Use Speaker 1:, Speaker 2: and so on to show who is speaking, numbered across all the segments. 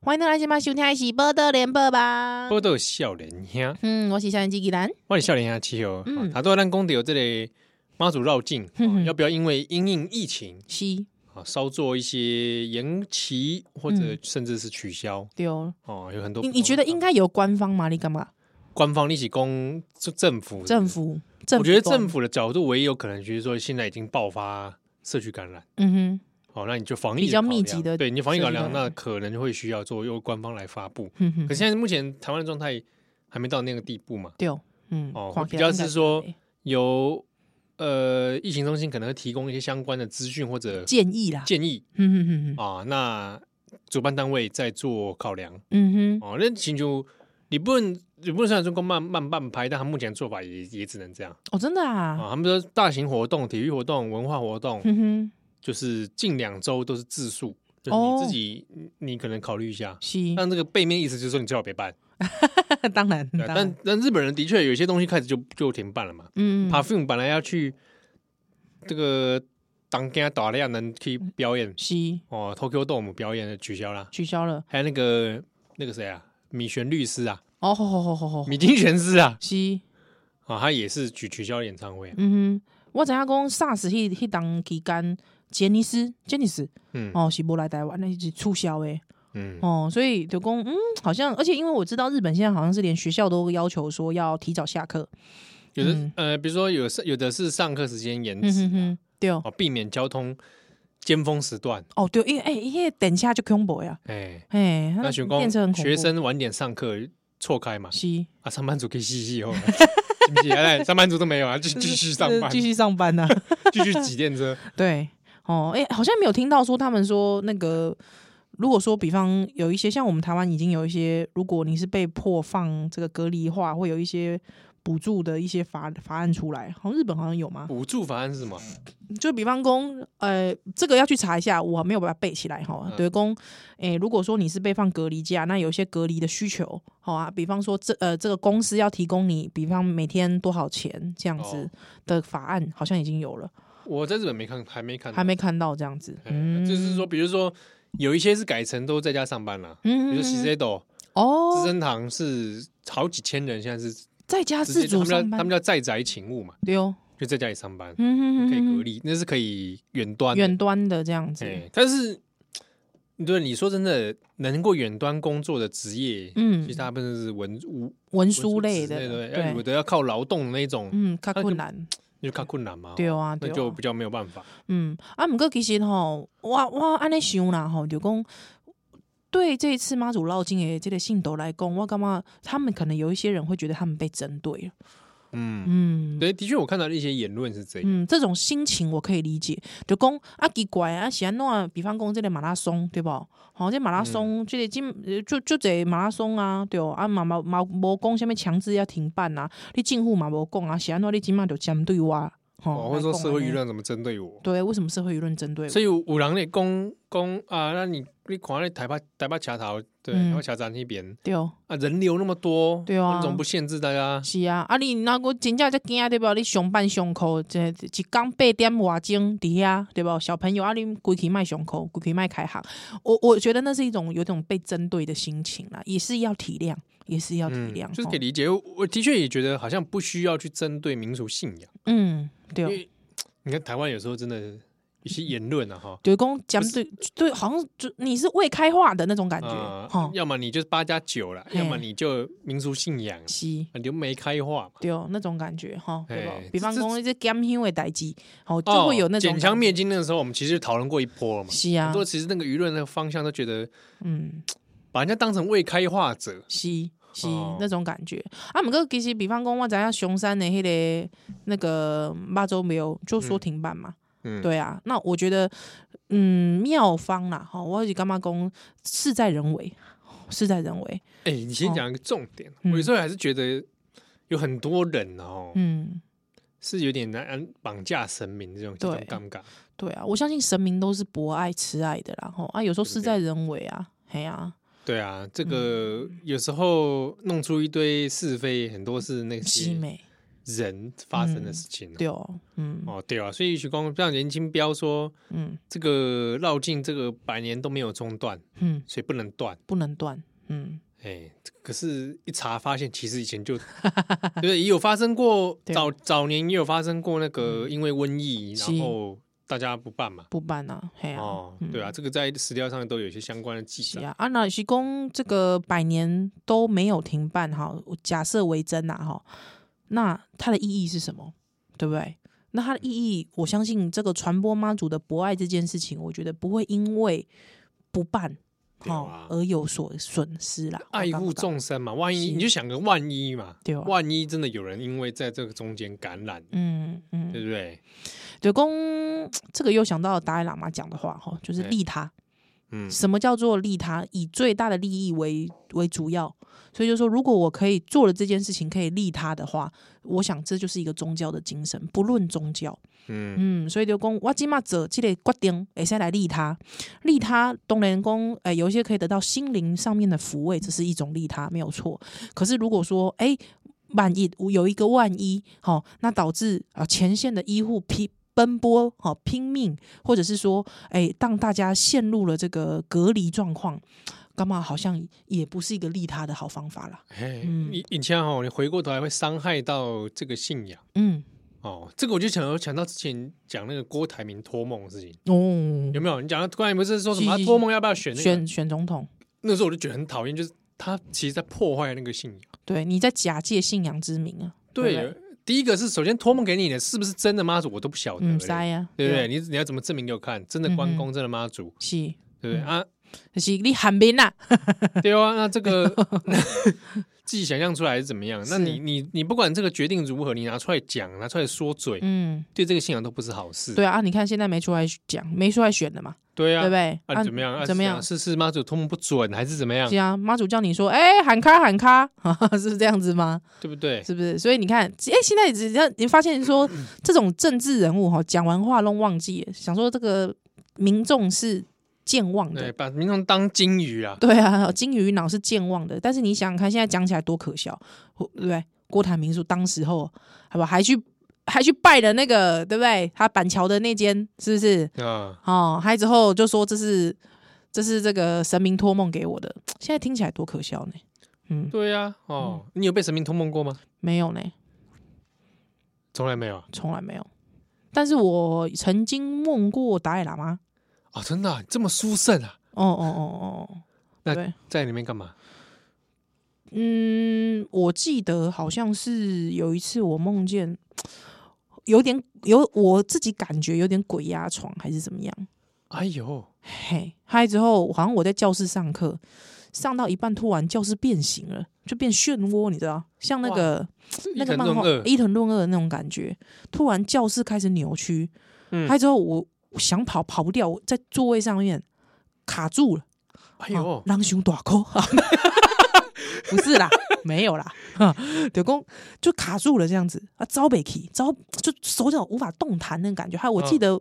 Speaker 1: 欢迎大家今晚收听的是《波多连播》吧。
Speaker 2: 波多笑脸兄，
Speaker 1: 嗯，我是小人机器人。
Speaker 2: 我是笑脸兄七哦
Speaker 1: 嗯。
Speaker 2: 他都咱讲到这里妈祖绕境，
Speaker 1: 哼
Speaker 2: 哦
Speaker 1: 哼
Speaker 2: 要不要因为因应疫情
Speaker 1: 是，
Speaker 2: 啊，稍做一些延期或者
Speaker 1: 嗯
Speaker 2: 甚至是取消
Speaker 1: 对哦。
Speaker 2: 哦？有很多
Speaker 1: 你你觉得应该由官方吗？你干嘛？
Speaker 2: 官方一起公政政府
Speaker 1: 政？府？政
Speaker 2: 我觉得政
Speaker 1: 府，
Speaker 2: 府的角度唯一有可能就是说现在已经爆发社区感染。
Speaker 1: 嗯
Speaker 2: 哦，那你就防疫
Speaker 1: 比较
Speaker 2: 考
Speaker 1: 密
Speaker 2: 量
Speaker 1: 集的
Speaker 2: 对你防疫
Speaker 1: 社
Speaker 2: 考
Speaker 1: 区
Speaker 2: 量，
Speaker 1: 感
Speaker 2: 那
Speaker 1: 染
Speaker 2: 可能会需要做由官方来发布。
Speaker 1: 嗯哼，哼
Speaker 2: 可
Speaker 1: 哼，
Speaker 2: 现在目前台湾的状态还没到那个地步嘛，
Speaker 1: 对哦，嗯，
Speaker 2: 哦
Speaker 1: 看起
Speaker 2: 比
Speaker 1: 来
Speaker 2: 较
Speaker 1: 应该
Speaker 2: 是说
Speaker 1: 没
Speaker 2: 由呃疫情中心可能会提供一些相关的资讯或者
Speaker 1: 建议啦，
Speaker 2: 建议
Speaker 1: 嗯哼哼哼，
Speaker 2: 啊，那主办单位在做考量
Speaker 1: 嗯哼，
Speaker 2: 哦。那请求你不能，你不能虽然说公慢慢半拍，但他目前做法也也只能这样
Speaker 1: 哦，真的啊，
Speaker 2: 啊。他们说大型活动、体育活动、文化活动，
Speaker 1: 哼哼，
Speaker 2: 就是近两周都是自述，就是你自己你你可能考虑一下。
Speaker 1: 是，
Speaker 2: 但这个背面意思就是说你最好别办，
Speaker 1: 当然，
Speaker 2: 对啊
Speaker 1: 当然
Speaker 2: 但但日本人的确有些东西开始就就停办了嘛。
Speaker 1: 嗯，
Speaker 2: Perfume 本来要去这个当家打量能去表演
Speaker 1: 是
Speaker 2: 哦，Tokyo Dome 表演的取消啦，
Speaker 1: 取消了，
Speaker 2: 还有那个那个谁啊，米玄律师啊，
Speaker 1: 哦，吼吼吼吼吼，
Speaker 2: 米津玄师啊，
Speaker 1: 是，
Speaker 2: 啊，他也是取取消演唱会啊、
Speaker 1: 嗯哼，我知影讲 SARS 迄迄当期间，杰尼斯，杰尼斯，
Speaker 2: 嗯
Speaker 1: 哦，是无来台湾，那是促销诶，
Speaker 2: 嗯，
Speaker 1: 哦，所以就讲，嗯，好像，而且因为我知道日本现在好像是连学校都要求说要提早下课，
Speaker 2: 有的、
Speaker 1: 嗯
Speaker 2: 呃，比如说有是有的是上课时间延
Speaker 1: 嗯
Speaker 2: 迟、
Speaker 1: 哼哼，对哦，
Speaker 2: 哦，避免交通尖峰时段，
Speaker 1: 哦对，因为哎，因为等一下就恐怖呀，
Speaker 2: 哎、
Speaker 1: 哎，
Speaker 2: 那
Speaker 1: 学
Speaker 2: 选
Speaker 1: 变成很
Speaker 2: 工
Speaker 1: 恐
Speaker 2: 学
Speaker 1: 怖，
Speaker 2: 生晚点上课错开嘛，
Speaker 1: 是
Speaker 2: 啊，上班族可以洗洗哦， 是不是？哎，上班族都没有啊，继继续上 班，
Speaker 1: 呃继续上班呐、啊
Speaker 2: 继续挤电车，
Speaker 1: 对，哦，哎、好像没有听到说他们说那个，如果说比方有一些像我们台湾已经有一些，如果你是被迫放这个隔离化，会有一些补助的一些法法案出来，好像日本好像有吗？
Speaker 2: 补助法案是什么？
Speaker 1: 就比方公，呃，这个要去查一下，我没有把它背起来哈
Speaker 2: 嗯。
Speaker 1: 对公，哎、如果说你是被放隔离假，那有一些隔离的需求，好啊，比方说这呃这个公司要提供你，比方每天多少钱这样子
Speaker 2: 哦
Speaker 1: 的法案，好像已经有了，
Speaker 2: 我在日本没看，还没看到，
Speaker 1: 还没看到这样子。
Speaker 2: 哎，就是说，比如说有一些是改成都在家上班了，比
Speaker 1: 嗯，
Speaker 2: 如喜 Z 斗资
Speaker 1: 哦，
Speaker 2: 生堂是好几千人，现在是
Speaker 1: 在家
Speaker 2: 直
Speaker 1: 自
Speaker 2: 接他
Speaker 1: 主
Speaker 2: 们叫
Speaker 1: 上
Speaker 2: 他
Speaker 1: 班，
Speaker 2: 们叫在宅勤务嘛，
Speaker 1: 对哦，
Speaker 2: 就在家里上班，
Speaker 1: 嗯
Speaker 2: 可以隔
Speaker 1: 哼，
Speaker 2: 离，那是可以远端的
Speaker 1: 远端的这样子，
Speaker 2: 哎，但是对你说真的，能够远端工作的职业，
Speaker 1: 嗯
Speaker 2: 其实，大部分是文物
Speaker 1: 文书类
Speaker 2: 之
Speaker 1: 的，
Speaker 2: 的，哎要有
Speaker 1: 对，
Speaker 2: 的要靠劳动的那种，
Speaker 1: 嗯，较
Speaker 2: 那就
Speaker 1: 困难，
Speaker 2: 就靠困难嘛。
Speaker 1: 对
Speaker 2: 哦，
Speaker 1: 啊，
Speaker 2: 那
Speaker 1: 对
Speaker 2: 就
Speaker 1: 啊
Speaker 2: 比，较没有办法。
Speaker 1: 嗯，啊，毋过其实吼，我我安尼想啦吼，就讲。对这一次妈祖绕境的这个信徒来讲，我感觉他们可能有一些人会觉得他们被针对了，
Speaker 2: 嗯，
Speaker 1: 嗯
Speaker 2: 对，的确我看到一些言论是这样。
Speaker 1: 嗯，这种心情我可以理解。就讲啊奇怪啊，是安怎？比方讲这个马拉松对不？吼、这
Speaker 2: 嗯
Speaker 1: 马拉松、这个今呃就就这马拉松啊，对哦，啊嘛嘛嘛无讲什么强制要停办啊，你政府嘛无讲啊，是安怎？你今嘛就针对我，啊吼、
Speaker 2: 哦，或者说社会舆
Speaker 1: 来讲安
Speaker 2: 论怎么针对我
Speaker 1: 尼，？对，为什么社会舆论针对我？
Speaker 2: 所以有有人咧讲讲啊，那你你看那台北台北桥头，对，
Speaker 1: 嗯
Speaker 2: 台北桥站那边
Speaker 1: 对哦。
Speaker 2: 啊，人流那么多，
Speaker 1: 对啊
Speaker 2: 你怎么不限制大家？
Speaker 1: 是啊，啊你若个真正在惊对吧？你上班上课，这一工八点外钟底下对吧？小朋友啊，你规期卖上课，规期卖开学，我我觉得那是一种有种被针对的心情啦，也是要体谅，也是啊要体
Speaker 2: 嗯
Speaker 1: 谅、，哦
Speaker 2: 就是
Speaker 1: 吼
Speaker 2: 可以理解。我我的确也觉得好像不需要去针对民族信仰，
Speaker 1: 嗯，对
Speaker 2: 因
Speaker 1: 哦，
Speaker 2: 为你看台湾有时候真的一些言论啊，哈，
Speaker 1: 对公讲对对，好像就你是未开化的那种 感觉，
Speaker 2: 啊
Speaker 1: 哈、
Speaker 2: 要么你就是八加九了，
Speaker 1: 嘿
Speaker 2: 要么你就民族信仰，
Speaker 1: 是。
Speaker 2: 啊你就没开化嘛。
Speaker 1: 对哦，那种感觉哈，对吧
Speaker 2: 嘿？
Speaker 1: 比方
Speaker 2: 这
Speaker 1: 讲这减香的代志，哦，
Speaker 2: 哦
Speaker 1: 就会有那种
Speaker 2: 捡
Speaker 1: 感
Speaker 2: 枪
Speaker 1: 觉
Speaker 2: 灭金那个时候，我们其实讨论过一波了嘛。
Speaker 1: 是啊
Speaker 2: 很，多其实那个舆论那个方向都觉得
Speaker 1: 嗯，
Speaker 2: 把人家当成未开化者，
Speaker 1: 是是、
Speaker 2: 哦
Speaker 1: 那种感觉。啊，毋过其实比方讲，我知影熊山的迄、个那个八州庙就说停办嘛，
Speaker 2: 嗯，
Speaker 1: 对啊。那我觉得，嗯，妙方啦，吼，我是感觉讲事在人为，事在人为，
Speaker 2: 哎、你先讲一个重点，啊
Speaker 1: 嗯
Speaker 2: 我有时候还是觉得有很多人哦，
Speaker 1: 嗯，
Speaker 2: 是有点难绑架神明这种这
Speaker 1: 对
Speaker 2: 种尴尬。
Speaker 1: 对啊，我相信神明都是博爱慈爱的啦，吼啊，有时候事在人为啊，嘿啊，
Speaker 2: 对啊，
Speaker 1: 嗯
Speaker 2: 这个有时候弄出一堆是非，很多是那
Speaker 1: 西
Speaker 2: 些
Speaker 1: 美
Speaker 2: 人发生的事情、哦
Speaker 1: 对哦，嗯
Speaker 2: 哦，对啊，所以许光让严金彪说，
Speaker 1: 嗯
Speaker 2: 这个绕境这个百年都没有中断，
Speaker 1: 嗯，
Speaker 2: 所以不能断。
Speaker 1: 不能断，嗯
Speaker 2: 哎，可是，一查发现，其实以前就就是也有发生过，
Speaker 1: 对嗯
Speaker 2: 早早年也有发生过那个因为瘟疫，
Speaker 1: 是
Speaker 2: 然后大家不办嘛。
Speaker 1: 不办啊，嘿啊，
Speaker 2: 哦，
Speaker 1: 嗯
Speaker 2: 对啊，这个在史料上都有一些相关的记
Speaker 1: 是
Speaker 2: 载。
Speaker 1: 啊，啊那是讲这个百年都没有停办哈，假设为真呐、哈，那它的意义是什么？对不对？那它的意义，我相信这个传播妈祖的博爱这件事情，我觉得不会因为不办
Speaker 2: 对
Speaker 1: 哈、
Speaker 2: 啊
Speaker 1: 而有所损失啦。
Speaker 2: 爱
Speaker 1: 我
Speaker 2: 护
Speaker 1: 感觉到
Speaker 2: 众生嘛，万一
Speaker 1: 是
Speaker 2: 你就想个万一嘛，
Speaker 1: 对啊
Speaker 2: 万一真的有人因为在这个中间感染，
Speaker 1: 嗯
Speaker 2: 对
Speaker 1: 嗯，
Speaker 2: 不对？
Speaker 1: 对公这个又想到达赖喇嘛讲的话哈，就是
Speaker 2: 对
Speaker 1: 利他。
Speaker 2: 嗯，
Speaker 1: 什么叫做利他？以最大的利益为为主要。所以就说，如果我可以做了这件事情，可以利他的话，我想这就是一个宗教的精神，不论宗教。
Speaker 2: 嗯，
Speaker 1: 嗯，所以就讲，我今嘛做这个决定，会使来利他。利他当然讲，呃，有一些可以得到心灵上面的抚慰，这是一种利他，没有错。可是如果说，哎、万一有一个万一，好、那导致啊、呃前线的医护拼奔波，好、拼命，或者是说，哎、让大家陷入了这个隔离状况，干嘛好像也不是一个利他的好方法啦。
Speaker 2: 哎，
Speaker 1: 嗯
Speaker 2: 以以前哦，你回过头来会伤害到这个信仰
Speaker 1: 嗯，
Speaker 2: 哦。这个我就想到想到之前讲那个郭台铭托梦的事情，
Speaker 1: 哦
Speaker 2: 有，没有？你讲到郭台铭不是说什
Speaker 1: 是
Speaker 2: 么他
Speaker 1: 是
Speaker 2: 托梦要不要选那个？
Speaker 1: 选选总统，
Speaker 2: 那时候我就觉得很讨厌，就是他其实在破坏那个信仰。
Speaker 1: 对，你在假借信仰之名啊。
Speaker 2: 对，
Speaker 1: 对
Speaker 2: 第一个是首先托梦给你的是不是真的妈祖，我都不晓得嘞，
Speaker 1: 嗯，塞嗯呀、啊，
Speaker 2: 对不对？你你要怎么证明给我看？真的关公，真的妈祖，
Speaker 1: 是，
Speaker 2: 对不对啊？
Speaker 1: 就是你喊边呐，
Speaker 2: 对啊，那这 个自己想象出来是怎么样？
Speaker 1: 是
Speaker 2: 那你你你不管这个决定如何，你拿出来讲，拿出来说嘴，
Speaker 1: 嗯，
Speaker 2: 对这个信仰都不是好事。
Speaker 1: 对啊，啊你看现在没出来讲，没出来选的嘛，
Speaker 2: 对
Speaker 1: 对不
Speaker 2: 啊，
Speaker 1: 对？
Speaker 2: 啊怎么样？啊
Speaker 1: 怎么样？
Speaker 2: 是是妈祖托梦不准还是怎么样
Speaker 1: 是？啊，妈祖叫你说，哎、喊卡喊卡， 是这样子吗？
Speaker 2: 对不对？
Speaker 1: 是不是？所以你看，哎、现在只要你发现说，这种政治人物哈，讲完话都忘记了，想说这个民众是健忘
Speaker 2: 对，
Speaker 1: 的，
Speaker 2: 把民众当金鱼啊！
Speaker 1: 对啊，金鱼脑是健忘的。但是你想想看，现在讲起来多可笑，对不对？郭台铭说，当时候好吧，还去还去拜了那个，对不对？他板桥的那间是不是？
Speaker 2: 啊，
Speaker 1: 哦，还之后就说这是这是这个神明托梦给我的，现在听起来多可笑呢。嗯，
Speaker 2: 对啊，哦，你有被神明托梦过吗？
Speaker 1: 没有呢，
Speaker 2: 从来没有啊！
Speaker 1: 从来没有。但是我曾经问过达赖喇嘛，
Speaker 2: 啊，真的啊、这么殊胜啊？
Speaker 1: 哦哦哦哦
Speaker 2: 那
Speaker 1: 哦，对，
Speaker 2: 在里面干嘛？
Speaker 1: 嗯，我记得好像是有一次我梦见有点有我自己感觉有点鬼压床还是怎么样，
Speaker 2: 哎呦，
Speaker 1: 嘿，嗨之后，好像我在教室上课，上到一半突然教室变形了，就变漩涡，你知道，像那个那个
Speaker 2: 一
Speaker 1: 漫
Speaker 2: 藤
Speaker 1: 画哎
Speaker 2: 润二
Speaker 1: 《伊藤润二》的那种感觉。突然教室开始扭曲，
Speaker 2: 嗯
Speaker 1: 嗨、之后我我想跑跑不掉，我在座位上面卡住了，
Speaker 2: 哎
Speaker 1: 哎
Speaker 2: 呦，
Speaker 1: 狼熊短扣， 不是 啦，没有啦，德公就卡住了这样子啊，招北起，招就手脚无法动弹那种感觉。还有我记
Speaker 2: 嗯
Speaker 1: 得、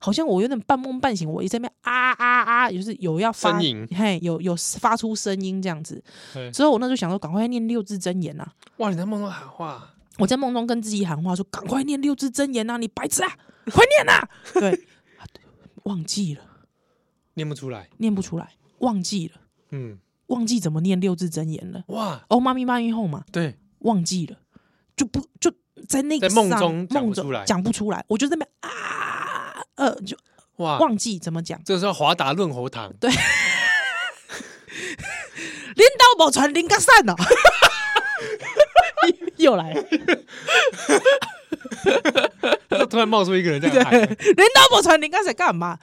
Speaker 1: 好像我有点半梦半醒，我一直在那边啊啊啊，就是有要发
Speaker 2: 呻吟
Speaker 1: 嘿，有有发出声音这样子
Speaker 2: 对。
Speaker 1: 之后我那时候想说，赶快念六字真言呐、啊！
Speaker 2: 哇，你在梦中喊话，
Speaker 1: 我在梦中跟自己喊话说，赶快念六字真言呐、啊！你白痴啊，快念 呐、对，啊忘记了，
Speaker 2: 念不出来。
Speaker 1: 念不出来，忘记了，
Speaker 2: 嗯，
Speaker 1: 忘记怎么念六字真言了。
Speaker 2: 哇，
Speaker 1: 哦，妈咪妈咪后嘛，
Speaker 2: 对，
Speaker 1: 忘记了，就不就在那个
Speaker 2: 在梦
Speaker 1: 上
Speaker 2: 中讲
Speaker 1: 梦
Speaker 2: 不出来
Speaker 1: 中讲不出来，我就在那边啊，呃，就
Speaker 2: 哇，
Speaker 1: 忘记怎么讲。
Speaker 2: 这个时候华达论喉糖，对，
Speaker 1: 领导无传，林甲散 了， 又来了，领
Speaker 2: 突然冒出一个人在那喊，
Speaker 1: 导无传，林甲散干嘛？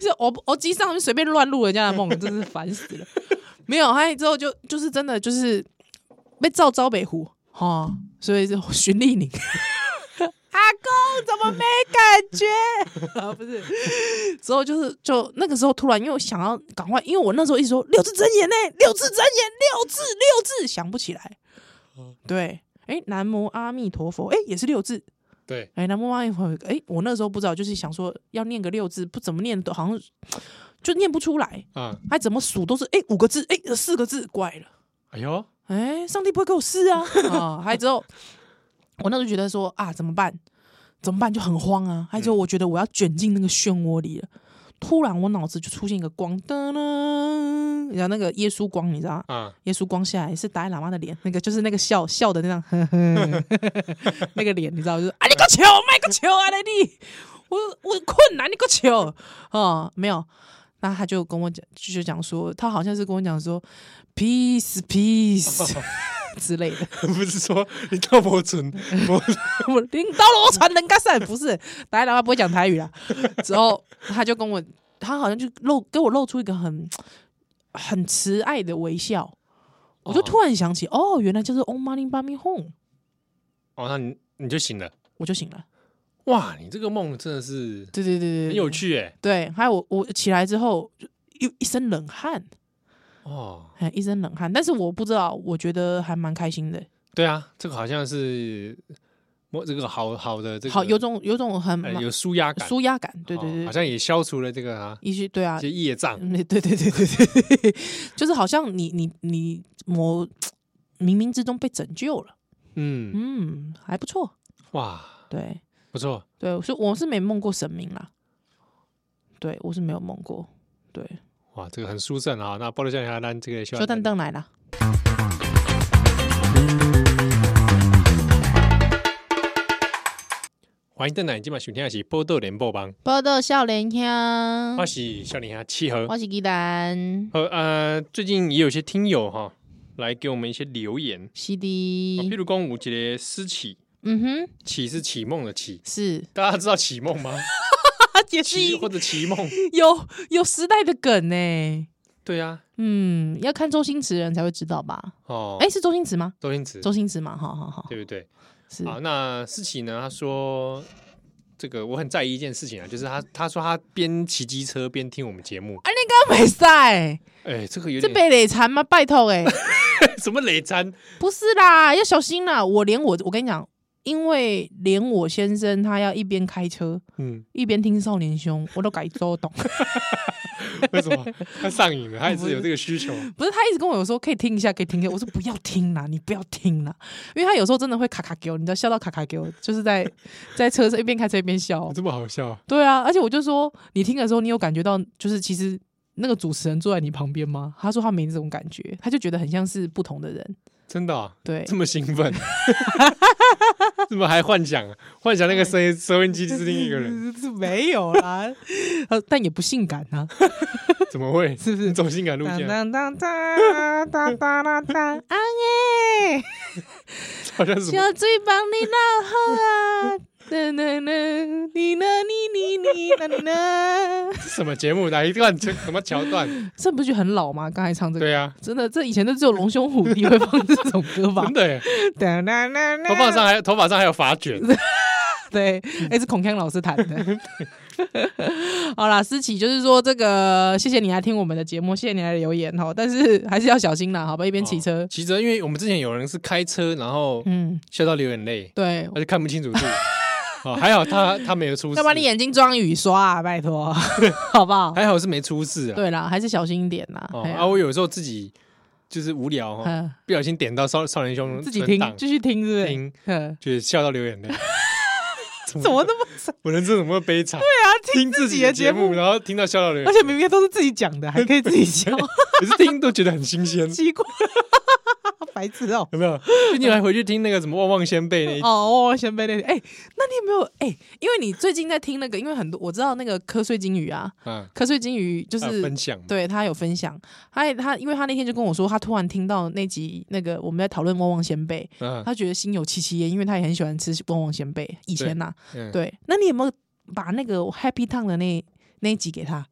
Speaker 1: 就是我我机上随便乱录人家的梦，真是烦死了。 没有，还之后就就是真的就是被照招北湖哈、哦，所以就循例你。 阿公怎么没感觉？ 啊，不是，之后就是就那个时候突然，因为我想要赶快，因为我那时候一直说六字真言呢、六字真言，六字六字，想不起来。对，哎，南无阿弥陀佛，哎，也是六字，
Speaker 2: 对，
Speaker 1: 哎，南无阿弥陀佛，哎，我那时候不知道，就是想说要念个六字，不怎么念都好像就念不出来，
Speaker 2: 啊，
Speaker 1: 还怎么数都是哎五个字，哎四个字，怪了。
Speaker 2: 哎呦，
Speaker 1: 哎、上帝不会给我试啊！啊，还之后我那时候觉得说啊，怎么办？怎么办？就很慌啊！还有，我觉得我要卷进那个漩涡里了。突然，我脑子就出现一个光，噔噔，然后那个耶稣光，你知道吗？
Speaker 2: 啊，
Speaker 1: 耶稣光下来是达赖喇嘛的脸，那个就是那个笑笑的那张，呵呵 那个脸，你知道，就是啊，你个球，卖个球啊，你，我我困难，你个球哦，没有。那他就跟我讲，就就讲说，他好像是跟我讲说，peace peace 之类的。
Speaker 2: 不是说你到我准，我
Speaker 1: 我领导罗传人干散，不是，达赖喇嘛不会讲台语啦。之后他就跟我，他好像就露给我露出一个很很慈爱的微笑，我就
Speaker 2: 哦
Speaker 1: 突然想起，哦，原来就是 On Money b u m m y Home，
Speaker 2: 哦，那你你就醒了。
Speaker 1: 我就醒了。
Speaker 2: 哇，你这个梦真的是
Speaker 1: 对对对对，对
Speaker 2: 很有。趣哎。
Speaker 1: 对，还有我我起来之后就一一身冷汗，
Speaker 2: 哦，
Speaker 1: 哎，一身冷汗，但是我不知道，我觉得还蛮开心的，
Speaker 2: 对啊，这个好像是我这个好好的这个
Speaker 1: 好有种哎有种很
Speaker 2: 呃有舒压感，
Speaker 1: 舒压感，对对
Speaker 2: 哦
Speaker 1: 对对，
Speaker 2: 好像也消除了这个啊
Speaker 1: 一些对啊
Speaker 2: 一，些业障。
Speaker 1: 嗯，对对对对对对， 就是好像你你你我冥冥之中被拯救了，
Speaker 2: 嗯，
Speaker 1: 嗯，还不错，
Speaker 2: 哇，
Speaker 1: 对
Speaker 2: 不错。
Speaker 1: 对，所以我是没梦过神明啦，对我是没有梦过，对，
Speaker 2: 哇，这个很殊胜啊！那波多酱下咱这个小
Speaker 1: 小蛋蛋来啦，
Speaker 2: 欢迎邓奶，今晚收听的是波多连播帮，
Speaker 1: 报道笑莲香
Speaker 2: 我，是笑脸侠七和。
Speaker 1: 我是鸡蛋
Speaker 2: 呃呃，最近也有些听友哈来给我们一些留言，啊譬
Speaker 1: ，CD，
Speaker 2: 如讲五节私启，
Speaker 1: 嗯哼，
Speaker 2: 启是启梦的启，
Speaker 1: 是，
Speaker 2: 大家知道启梦吗？
Speaker 1: 啊，也 是
Speaker 2: 启
Speaker 1: 一
Speaker 2: 或者启梦，
Speaker 1: 有有时代的梗呢、
Speaker 2: 对啊，
Speaker 1: 嗯，要看周星驰的人才会知道吧？
Speaker 2: 哦，
Speaker 1: 哎、是周星驰吗？
Speaker 2: 周星驰
Speaker 1: 周星驰嘛，好好好，
Speaker 2: 对啊不对？
Speaker 1: 是，啊
Speaker 2: 好，那思琪呢？他说这个我很在意一件事情啊，就是他他说他边骑机车边听我们节目，
Speaker 1: 没赛。
Speaker 2: 哎，这个有
Speaker 1: 哎这
Speaker 2: 点
Speaker 1: 被累残吗？拜托哎、
Speaker 2: 什么累餐
Speaker 1: 不是啦，要小心啦！我连我，我跟你讲，因为连我先生他要一边开车
Speaker 2: 嗯，
Speaker 1: 一边听少年凶，我都改周董。
Speaker 2: 为什么他上瘾了？他也是有这个 需求，
Speaker 1: 不是他一直跟我有说可以听一下，可以听一下，我说不要听啦，你不要听啦，因为他有时候真的会卡卡给我，你知道笑到卡卡给我，就是在 在车上一边开车一边 笑。
Speaker 2: 这么好笑啊？
Speaker 1: 对啊，而且我就说你听的时候，你有感觉到就是其实。那个主持人坐在你旁边吗？他说他没这种感觉，他就觉得很像是不同的人。
Speaker 2: 真的啊
Speaker 1: 对，
Speaker 2: 这么 兴奋，怎么还幻想啊？幻想那个声音收音机就是另一个人，
Speaker 1: 是没有啦，呃，但也不性感啊，
Speaker 2: 怎么会？
Speaker 1: 是不
Speaker 2: 你
Speaker 1: 是？
Speaker 2: 走性感路
Speaker 1: 当
Speaker 2: 线，
Speaker 1: 当当当当当当当，啊耶！
Speaker 2: 好像是什么
Speaker 1: 小嘴帮你老好啊，呐呐呐，你呢你你你呢你呢？
Speaker 2: 什么节目？哪一段这什么桥段？
Speaker 1: 这不就很老吗？刚才唱这个，
Speaker 2: 对啊，
Speaker 1: 真的，这以前都只有龙兄虎弟会放这种歌吧
Speaker 2: 真？的耶，
Speaker 1: 当当当
Speaker 2: 头发上还头发上还有发卷，
Speaker 1: 对，
Speaker 2: 嗯
Speaker 1: 哎、是孔锵老师弹的。 好啦，思琪，就是说这个，谢谢你来听我们的节目，谢谢你来留言哦，但是还是要小心啦，好吧？一边骑车，
Speaker 2: 骑车，因为我们之前有人是开车，然后
Speaker 1: 嗯，
Speaker 2: 笑到流眼泪，
Speaker 1: 对，
Speaker 2: 而且看不 清楚路。哦，还好他他没有出事，
Speaker 1: 要把你眼啊睛装雨刷、啊，拜 托，好不好？
Speaker 2: 还好是没出事啊。
Speaker 1: 对啦，还是小心一点啦。
Speaker 2: 哦，
Speaker 1: 哎呀
Speaker 2: 啊，我有时候自己就是无聊哦，
Speaker 1: 嗯，
Speaker 2: 不小心点到少少年兄
Speaker 1: 自己
Speaker 2: 存
Speaker 1: 听，
Speaker 2: 档
Speaker 1: 继续听，是不是？
Speaker 2: 听，
Speaker 1: 嗯
Speaker 2: 就是笑到流眼泪。怎
Speaker 1: 怎么那么傻
Speaker 2: 我人生怎么会悲惨？
Speaker 1: 啊？
Speaker 2: 听
Speaker 1: 听
Speaker 2: 自
Speaker 1: 自
Speaker 2: 己
Speaker 1: 己
Speaker 2: 的
Speaker 1: 的
Speaker 2: 节
Speaker 1: 节
Speaker 2: 目，
Speaker 1: 目，
Speaker 2: 然后听到笑到流眼
Speaker 1: 而
Speaker 2: 泪，
Speaker 1: 且明明都是自己讲的，还可以自己 笑，
Speaker 2: 可是听都觉得很新鲜，
Speaker 1: 奇怪， 白痴哦、
Speaker 2: 有没有？最近还回去听那个什么《旺旺仙贝》那一集
Speaker 1: 哦，哦，先贝那里，哎、那你有没有哎、因为你最近在听那个，因为很多我知道那个瞌睡金鱼啊，
Speaker 2: 啊，
Speaker 1: 瞌睡金鱼就、
Speaker 2: 就是分享嘛，
Speaker 1: 对他有分享，他他因为他那天就跟我说，他突然听到那集那个我们在讨论旺旺仙贝，
Speaker 2: 嗯
Speaker 1: 他觉得心有戚戚焉，因为他也很喜欢吃旺旺仙贝，以前呐、啊
Speaker 2: 嗯，
Speaker 1: 对，那你有没有把那个 Happy Town 的那那一集给他？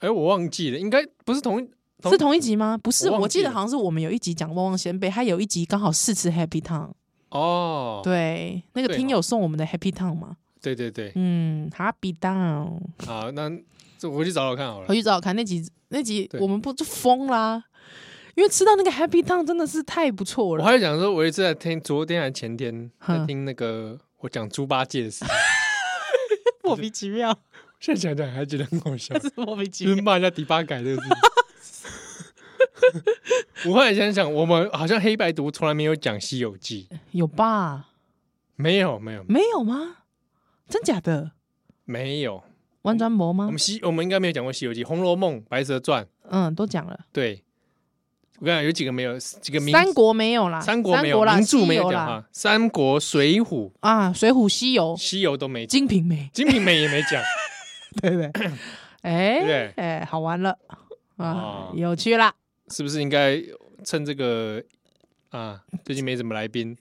Speaker 2: 哎，我忘记了，应该不是同一同
Speaker 1: 是同一集吗？不是，
Speaker 2: 我忘
Speaker 1: 我
Speaker 2: 记
Speaker 1: 记得
Speaker 2: 了
Speaker 1: 好像是我们有一集讲旺旺仙贝，他有一集刚好试吃 Happy Town，、
Speaker 2: 哦，
Speaker 1: 对，那个
Speaker 2: 对
Speaker 1: 听
Speaker 2: 哦
Speaker 1: 友送我们的 Happy Town 嘛，
Speaker 2: 对对对，
Speaker 1: 嗯，Happy Town，
Speaker 2: 好，那这我回去找找看好了
Speaker 1: 回。去找找看那集那集
Speaker 2: 对
Speaker 1: 我们不就疯啦？因为吃到那个 Happy Town 真的是太不错
Speaker 2: 我
Speaker 1: 了，
Speaker 2: 还想说，我有一次在听，昨天还前天在
Speaker 1: 哼
Speaker 2: 听那个我讲猪八戒的事情，
Speaker 1: 莫名其妙，
Speaker 2: 现在想想还觉得很好笑，
Speaker 1: 是莫名其
Speaker 2: 就是
Speaker 1: 妙。
Speaker 2: 骂人家迪巴改这个事 情。我后来想想，我们好像黑白读从来没有讲《西游记》，
Speaker 1: 有吧？
Speaker 2: 没有没有
Speaker 1: 没有吗？真假的？
Speaker 2: 没有，
Speaker 1: 完全没
Speaker 2: 我
Speaker 1: 吗
Speaker 2: 们？西我们应该没有讲过《西游记》《红楼梦》《白蛇传》，
Speaker 1: 嗯，都讲了。
Speaker 2: 对我跟你讲有几个没有，几个名
Speaker 1: 三国没有啦，
Speaker 2: 三国没有，
Speaker 1: 啦，
Speaker 2: 名著没有
Speaker 1: 西游
Speaker 2: 讲
Speaker 1: 啦，
Speaker 2: 啊，三国、水浒、
Speaker 1: 啊，《水浒》《西游》《
Speaker 2: 西游都没讲，
Speaker 1: 金瓶梅
Speaker 2: 金瓶梅也没讲，》，
Speaker 1: 对不对？
Speaker 2: 对不
Speaker 1: 哎
Speaker 2: 对？
Speaker 1: 哎，好玩了啊
Speaker 2: 哦，
Speaker 1: 有趣啦。
Speaker 2: 是不是应该趁这个 啊？最近没什么来宾，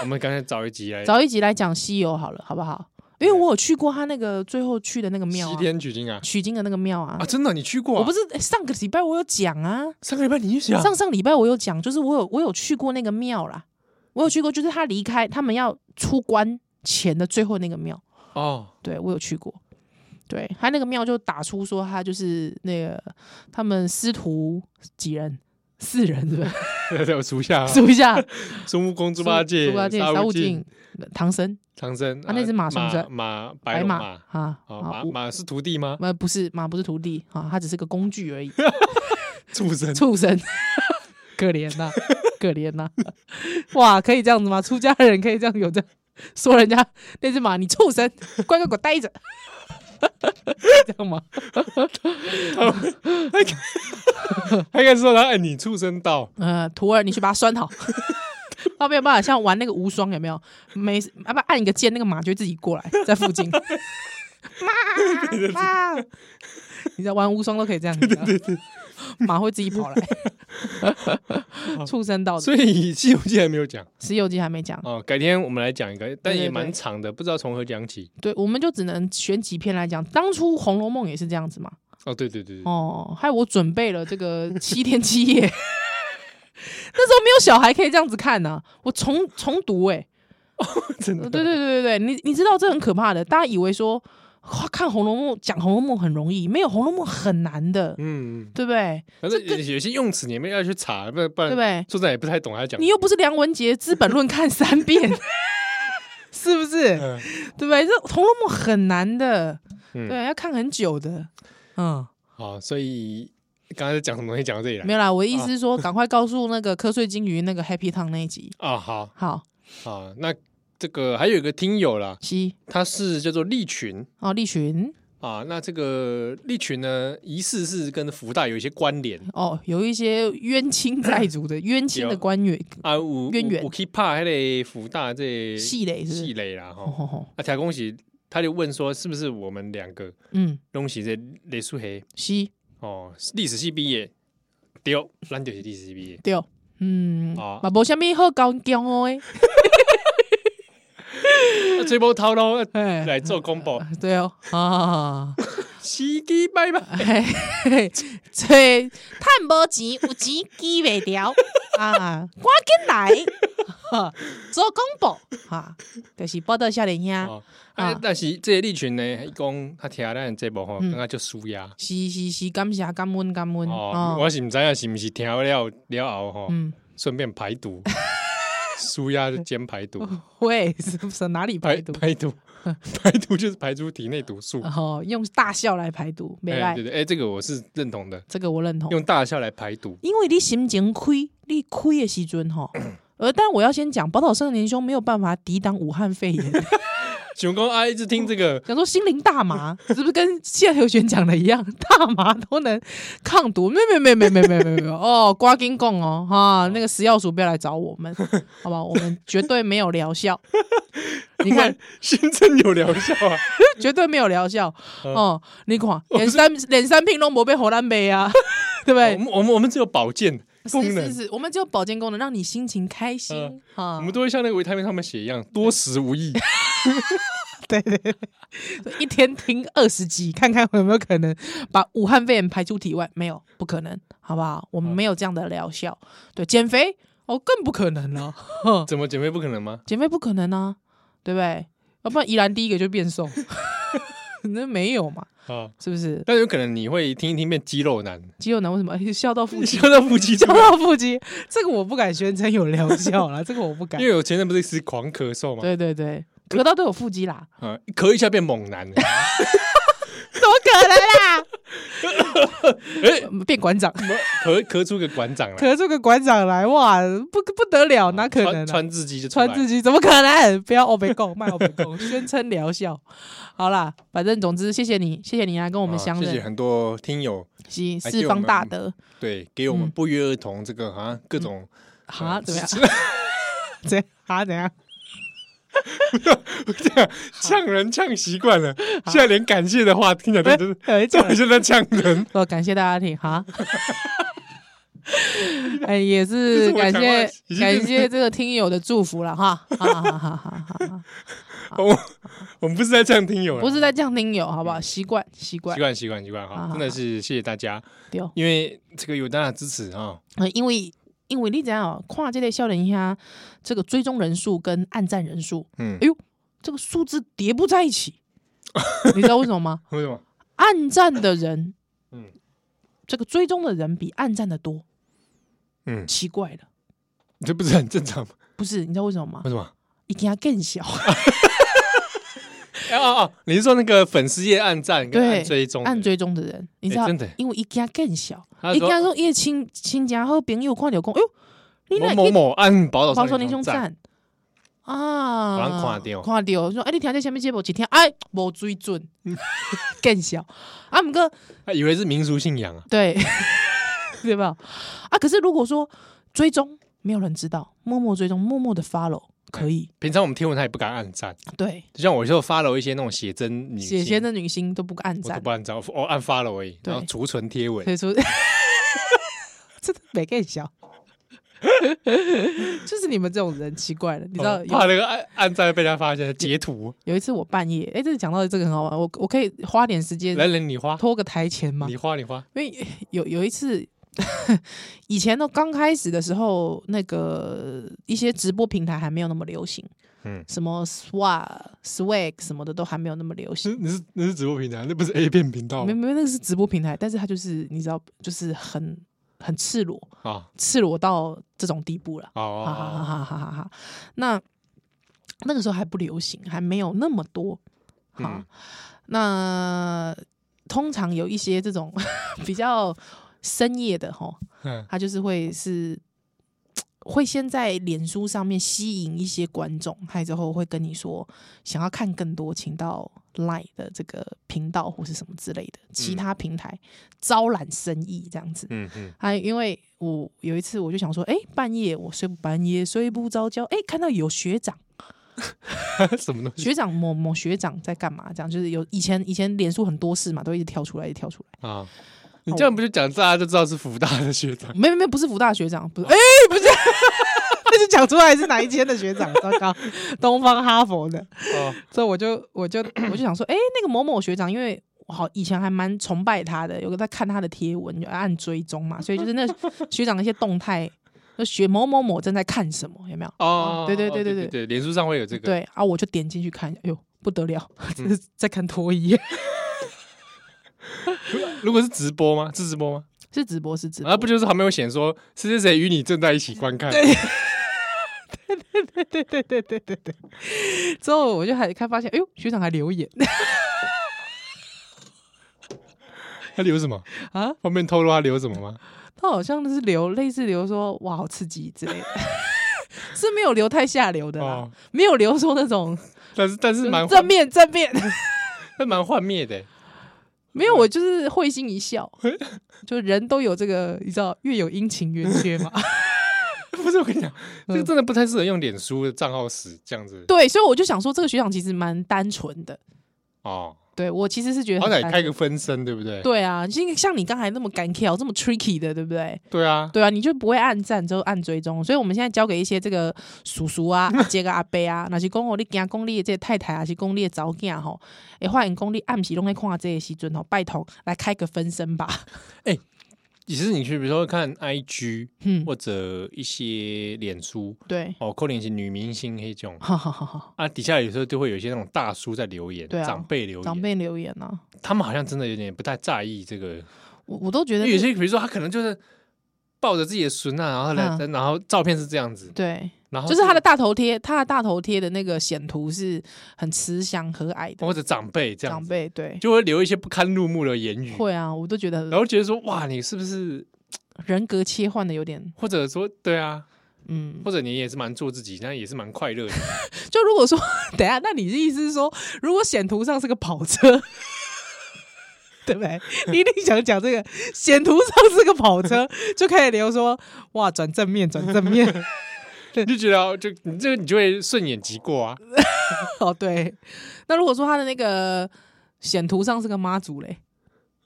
Speaker 2: 我们刚才找一集来
Speaker 1: 找一集来讲西游好了，好不好？因为我有去过他那个最后去的那个庙、
Speaker 2: 西
Speaker 1: 啊，
Speaker 2: 天取经啊
Speaker 1: 取经的那个庙啊。
Speaker 2: 啊！真的，你去过啊？
Speaker 1: 我不是诶上个礼拜我有讲啊，
Speaker 2: 上个礼拜你去讲
Speaker 1: 上上礼拜我有讲，就是我有我有去过那个庙啦，我有去过，就是他离开他们要出关前的最后那个庙，
Speaker 2: 哦，
Speaker 1: 对我有去过。对他那个庙就打出说他就是那个他们师徒几人四人是吧？
Speaker 2: 我属 下啊
Speaker 1: 数一下，
Speaker 2: 孙悟空、 猪八戒、
Speaker 1: 猪八戒、
Speaker 2: 沙
Speaker 1: 沙
Speaker 2: 悟
Speaker 1: 悟净、唐僧
Speaker 2: 唐僧
Speaker 1: 啊那只马什么
Speaker 2: 呃马
Speaker 1: 车
Speaker 2: 马白
Speaker 1: 白
Speaker 2: 龙
Speaker 1: 马
Speaker 2: 马
Speaker 1: 啊
Speaker 2: 哦，
Speaker 1: 啊
Speaker 2: 马
Speaker 1: 五
Speaker 2: 马是徒 弟吗？
Speaker 1: 呃，不是马不是徒弟啊，他只是个工具而已，
Speaker 2: 畜生，
Speaker 1: 畜生， 可怜呐、可怜呐、哇，可以这样子吗？出家人可以这样有这样说人家那只马，你畜生，乖乖给我待着， 这样吗？
Speaker 2: 他应该说他哎，你畜生道
Speaker 1: 呃，徒儿，你去把它拴好。他没有办法像玩那个无双有没有？没，啊不，按一个键，那个马就会自己过来，在附 近。妈妈，你在玩无双都可以这样子，对对对马会自己跑来。畜生道的《
Speaker 2: 所以《西游记》还没有讲
Speaker 1: 西游记》还没讲，
Speaker 2: 哦，改天我们来讲一个，但
Speaker 1: 对对
Speaker 2: 也
Speaker 1: 对
Speaker 2: 蛮长的，不知道从何讲起。
Speaker 1: 对，我们就只能选几篇来讲。当初《红楼梦》也是这样子嘛，
Speaker 2: 哦，对对对对，
Speaker 1: 哦，害我准备了这个七天七夜。 那时候没有小孩可以这样子看呢、我重重读哎、
Speaker 2: 真
Speaker 1: 对
Speaker 2: 的，
Speaker 1: 哦对对对对，你你知道这很可怕的，大家以为说哇看《红楼梦》讲《红楼梦》很容易，没有《红楼梦》很难的，
Speaker 2: 嗯，
Speaker 1: 对不对？
Speaker 2: 反正有有些用词你们要去查，不然不
Speaker 1: 对不
Speaker 2: 然
Speaker 1: 对？
Speaker 2: 作者也不太懂他讲
Speaker 1: 你。又不是梁文杰，《资本论》看三遍， 是不是？
Speaker 2: 嗯
Speaker 1: 对不对？这《红楼梦》很难的，
Speaker 2: 嗯，
Speaker 1: 对，要看很久的，嗯。
Speaker 2: 好，所以刚才在讲什么东西？讲到这里来
Speaker 1: 没有啦，我的意思是说，赶快告诉那个瞌睡金鱼那个 Happy Town 那一集。
Speaker 2: 啊，好
Speaker 1: 好，
Speaker 2: 好，那这个还有一个听友啦，
Speaker 1: 西
Speaker 2: 他是叫做利群，
Speaker 1: 哦，利群
Speaker 2: 啊，那这个利群呢，疑似是跟福大有一些 关联
Speaker 1: 哦，有一些冤亲债主的冤亲的官员
Speaker 2: 啊，有
Speaker 1: 渊源
Speaker 2: 我去怕还得福大这
Speaker 1: 系嘞，是哦不
Speaker 2: 系
Speaker 1: 是？
Speaker 2: 类啦哈。
Speaker 1: 吼吼吼
Speaker 2: 啊，条恭喜，他就问说，是不是我们两个
Speaker 1: 嗯，
Speaker 2: 东西这雷书黑
Speaker 1: 西
Speaker 2: 哦，历史系毕业，丢，咱就是历史系毕业
Speaker 1: 对，嗯，
Speaker 2: 啊
Speaker 1: 嘛无虾米好高骄傲诶，
Speaker 2: 啊，这波套路啊
Speaker 1: 哎，
Speaker 2: 来做公布，
Speaker 1: 对哦，啊，
Speaker 2: 司机拜拜。
Speaker 1: 嘿嘿这趁无钱，有钱记袂掉啊，赶紧来， 哈做公布哈，就是报道少年兄。
Speaker 2: 哦，啊
Speaker 1: 啊，
Speaker 2: 但是这个利群呢，伊讲他听咱的这部吼，
Speaker 1: 嗯
Speaker 2: 刚刚就输呀。
Speaker 1: 是是是，感谢感恩感恩
Speaker 2: 哦，
Speaker 1: 哦，
Speaker 2: 我是唔知影是唔是听了了后吼。
Speaker 1: 嗯，
Speaker 2: 顺便排 毒，舒压就兼排毒，
Speaker 1: 喂，是不是哪里哦排
Speaker 2: 排
Speaker 1: 毒？嗯
Speaker 2: 排毒， 排毒就是排出体内毒素。
Speaker 1: 哦，用大笑来哦排毒，没
Speaker 2: 哎，
Speaker 1: 赖
Speaker 2: 对，对，哎，这个我是认同的，
Speaker 1: 这个我认同，
Speaker 2: 用大笑来排毒。
Speaker 1: 因为你心情亏，你亏的时阵吼。呃，但我要先讲，宝岛少年兄没有办法抵挡武汉肺炎，
Speaker 2: 熊公啊，一直听这 个，
Speaker 1: 讲说心灵大麻是不是跟谢和弦讲的一样，大麻都能抗毒？没有没有没有没有没有没有没有哦，瓜金贡哦哈，那个食药署不要来找我们，好吧，我们绝对没有疗效。你看，
Speaker 2: 新增有疗效啊，
Speaker 1: 绝对没有疗效
Speaker 2: 嗯
Speaker 1: 哦。你看，连三连三瓶都没被荷兰杯啊，对不
Speaker 2: 哦 我
Speaker 1: 对？
Speaker 2: 们我们我们只有保健功
Speaker 1: 是是
Speaker 2: 能，嗯
Speaker 1: 是，我们只有保健功能，让你心情开心啊
Speaker 2: 我们。都会像那个维他命他们写一样，多食无益。
Speaker 1: 一天听二十集，看看有没有可能把武汉肺炎排出体外？没有，不可能，好不好？我们没有这样的疗效。对，减肥哦，更不可能了，
Speaker 2: 怎么减肥不可能吗？
Speaker 1: 减肥不可能啊，对不对？要不然宜兰第一个就变瘦， 那没有嘛，
Speaker 2: 啊，
Speaker 1: 是不是？
Speaker 2: 但有可能你会听一听变肌肉男，
Speaker 1: 肌肉男为什么哎笑到腹肌
Speaker 2: 笑？到 腹肌出
Speaker 1: 笑
Speaker 2: 来。
Speaker 1: 到腹肌，这个我不敢宣称有疗效啦，这个我不敢
Speaker 2: 因。为我前阵不是一直狂咳嗽嘛，
Speaker 1: 对对对，咳到都 有腹肌啦，
Speaker 2: 啊，咳一下变猛男了，
Speaker 1: 怎么可能啦？
Speaker 2: 哎
Speaker 1: 嗯变馆长，
Speaker 2: 咳咳出个馆长来，
Speaker 1: 咳出个馆长来，哇，不不得了，哪可能、啊
Speaker 2: 穿？穿自己就出来
Speaker 1: 穿自己怎么可能？不要欧北贡，卖欧北贡，宣称疗效。好啦，反正总之，谢谢你，谢谢你来跟我们
Speaker 2: 啊
Speaker 1: 相
Speaker 2: 谢谢
Speaker 1: 认，
Speaker 2: 很多听友
Speaker 1: 及
Speaker 2: 还给
Speaker 1: 四
Speaker 2: 我
Speaker 1: 方
Speaker 2: 们
Speaker 1: 大德。
Speaker 2: 对给我们
Speaker 1: 嗯
Speaker 2: 不约而同这个啊各种
Speaker 1: 哈，
Speaker 2: 呃
Speaker 1: 怎么样？
Speaker 2: 呛
Speaker 1: 怎样哈怎 样？嗯
Speaker 2: 呛人呛习惯了，现在连感谢的话听起来都是
Speaker 1: 有一种
Speaker 2: 到底是在呛人，
Speaker 1: 我哦感谢大家听哈。哎，也
Speaker 2: 这
Speaker 1: 是
Speaker 2: 是我
Speaker 1: 感
Speaker 2: 讲
Speaker 1: 谢
Speaker 2: 话已经变
Speaker 1: 感
Speaker 2: 成
Speaker 1: 谢这个听友的祝福了 哈，哈哈哈哈哈哈！
Speaker 2: 我我们不是在呛听友啦，
Speaker 1: 不是在这样听友好不好？习惯习惯
Speaker 2: 习惯习惯习惯哈，
Speaker 1: 啊
Speaker 2: 真的是谢谢大家，
Speaker 1: 对，哦
Speaker 2: 因为这个有大家的支持啊，
Speaker 1: 呃因为因为你知道哦，看这类笑脸虾这个追踪人数跟按赞人数，
Speaker 2: 嗯
Speaker 1: 哎，呦，这个数字叠不在一 起，你知道为什么吗？
Speaker 2: 为什么？
Speaker 1: 按赞的人，
Speaker 2: 嗯
Speaker 1: 这个追踪的人比按赞的多，
Speaker 2: 嗯，
Speaker 1: 奇怪了，
Speaker 2: 这不是很正常吗？
Speaker 1: 不是？你知道为什么吗
Speaker 2: 为？什么？
Speaker 1: 一定要更小。
Speaker 2: 哎哦哦，你是说那个粉丝页暗赞跟
Speaker 1: 对
Speaker 2: 暗追踪的？
Speaker 1: 按追踪的人，你知
Speaker 2: 欸
Speaker 1: 道，
Speaker 2: 真的欸
Speaker 1: 因为一家更小，
Speaker 2: 他
Speaker 1: 一
Speaker 2: 说
Speaker 1: 家说因为亲亲家和朋友看到讲，哎呦，你
Speaker 2: 某
Speaker 1: 那
Speaker 2: 某某按宝岛
Speaker 1: 包
Speaker 2: 少
Speaker 1: 说
Speaker 2: 年
Speaker 1: 英雄
Speaker 2: 兄赞，
Speaker 1: 赞啊，
Speaker 2: 我看到
Speaker 1: 看到说哎，你听这前面节目一听，哎，无水准， 更小啊，毋过
Speaker 2: 他以为是民俗信仰啊。
Speaker 1: 对 对吧？啊，可是如果说追踪没有人知道，默默追踪，默默的 follow 可以，
Speaker 2: 平常我们贴文他也不敢按赞，
Speaker 1: 对，
Speaker 2: 就像我就 follow 一些那种写真哎女
Speaker 1: 写
Speaker 2: 星
Speaker 1: 些的女星都不按
Speaker 2: 我都
Speaker 1: 赞，
Speaker 2: 不按赞，我按 follow 而已，
Speaker 1: 对
Speaker 2: 然后储存贴文
Speaker 1: 所， 以说，真的没更小，就是你们这种人奇怪了。你知道
Speaker 2: 哦
Speaker 1: 有、
Speaker 2: 怕那个按按赞被他发现截图，
Speaker 1: 有一次我半夜，哎、这个讲到这个很好玩，我我可以花点时间
Speaker 2: 来人你花，
Speaker 1: 拖个台前吗？
Speaker 2: 你花你花，
Speaker 1: 因为有有一次，以前呢刚开始的时候，那个一些直播平台还没有那么流行，
Speaker 2: 嗯
Speaker 1: 什么 Swag、Swag 什么的都还没有那么流行
Speaker 2: 是。你是你是直播平台，那不是 A 片频道
Speaker 1: 没
Speaker 2: 吗
Speaker 1: 没，那个是直播平台，但是它就是你知道，就是很很赤裸，
Speaker 2: 啊
Speaker 1: 赤裸到这种地步了。哈哈
Speaker 2: 哦，
Speaker 1: 哈哈哈哈哈！那那个时候还不流行，还没有那么多。哈，
Speaker 2: 嗯
Speaker 1: 那通常有一些这种 比较深夜的哈，
Speaker 2: 嗯
Speaker 1: 他就是会是会先在脸书上面吸引一些观众，还之后会跟你说想要看更多，请到 Line 的这个频道或是什么之类的，其
Speaker 2: 嗯
Speaker 1: 他平台招揽生意这样子。
Speaker 2: 嗯嗯，
Speaker 1: 还啊因为我有一次我就想说，哎、半夜我睡不半夜睡不着觉，哎、看到有学长
Speaker 2: 什么东西
Speaker 1: 学长某某学长在干嘛，这样就是有以前以前脸书很多事嘛，都一直跳出来，一直跳出来。
Speaker 2: 啊？你这样不就讲大家就知道是福大的学长？
Speaker 1: 没没没，不是福大学长，不是，哎、不是， 那就讲出来是哪一间的学长，糟糕，东方哈佛的。
Speaker 2: 哦
Speaker 1: 所以我就我就我就想说，哎、那个某某学长，因为我好以前还蛮崇拜他的，有个在看他的贴文，就按追踪嘛，所以就是那 学长的一些动态，就学某某某正在看什么，有没有？
Speaker 2: 哦，
Speaker 1: 对对
Speaker 2: 哦
Speaker 1: 对
Speaker 2: 对
Speaker 1: 对
Speaker 2: 对，脸书上会有这个，嗯
Speaker 1: 对啊，我就点进去看，哎呦不得了， 这是在看脱衣，
Speaker 2: 如果是直播吗？是直播吗？
Speaker 1: 是直播是直 播，
Speaker 2: 啊，不就是旁边有显说谁谁谁与你正在一起观看？
Speaker 1: 之后我就还看发现，哎呦学长还留 言
Speaker 2: 他留什么？
Speaker 1: 啊，
Speaker 2: 方便透露他留什么吗？
Speaker 1: 他好像是留类似留说哇好刺激之类的， 是没有留太下流的啦，
Speaker 2: 哦，
Speaker 1: 没有留说那种
Speaker 2: 但是但 是蛮
Speaker 1: 啊正面正 面。
Speaker 2: 但蛮幻 灭的欸，
Speaker 1: 没有，我就是会心一笑，就人都有这个，你知道，月有阴晴圆缺 嘛。
Speaker 2: 不是我跟你讲，这个
Speaker 1: 嗯
Speaker 2: 真的不太适合用脸书的账号使这样子
Speaker 1: 对，所以我就想说，这个学长其实蛮单纯的。
Speaker 2: 哦，
Speaker 1: 对我其实是觉得
Speaker 2: 好
Speaker 1: 很
Speaker 2: 歹
Speaker 1: 单
Speaker 2: 开个分身，对不对？
Speaker 1: 对啊，因为像你刚才那么敢跳，这么 tricky 的，对不对？
Speaker 2: 对啊，
Speaker 1: 对啊，你就不会按赞，之后按追踪。所以我们现在交给一些这个叔叔 啊、阿姐个阿伯啊，若是讲哦，你惊讲你的这个太太啊，还是讲你的查某囝吼，会发现讲你暗时拢在看这个时阵吼，拜托来开个分身吧。
Speaker 2: 其实你去比如说看 IG
Speaker 1: 嗯，
Speaker 2: 或者一些脸书
Speaker 1: 对，
Speaker 2: 哦，扣脸型女明星那种
Speaker 1: 哈哈哈哈，
Speaker 2: 啊，底下有时候就会有一些那种大叔在留言，
Speaker 1: 对啊
Speaker 2: 长辈留
Speaker 1: 长
Speaker 2: 言，
Speaker 1: 辈留言啊，
Speaker 2: 他们好像真的有点不太在意这个
Speaker 1: 我我都觉
Speaker 2: 因
Speaker 1: 得
Speaker 2: 为有
Speaker 1: 是
Speaker 2: 些比如说他可能就是抱着自己的孙啊，然后来，然后照片是这样子，
Speaker 1: 对，
Speaker 2: 然
Speaker 1: 嗯
Speaker 2: 后
Speaker 1: 就是他的大头贴，他的大头贴的那个显图是很慈祥和蔼的
Speaker 2: 或者长辈这样
Speaker 1: 长
Speaker 2: 子，
Speaker 1: 辈，对，
Speaker 2: 就会留一些不堪入目的言语，
Speaker 1: 会啊，我都觉
Speaker 2: 然
Speaker 1: 得
Speaker 2: 后觉得说哇，你是不是？
Speaker 1: 人格切换的有点，
Speaker 2: 或者说对啊，
Speaker 1: 嗯，
Speaker 2: 或者你也是蛮做自己，那也是蛮快乐的。
Speaker 1: 就如果说， 等一下，那你的意思是说，如果显图上是个跑车， 对不对？你一定想讲这个，显图上是个跑车， 就开始聊说，哇，转正面，转正面，
Speaker 2: 你就觉得啊就你这个你就会顺眼即过啊，
Speaker 1: 哦，对。那如果说他的那个显图上是个妈祖嘞，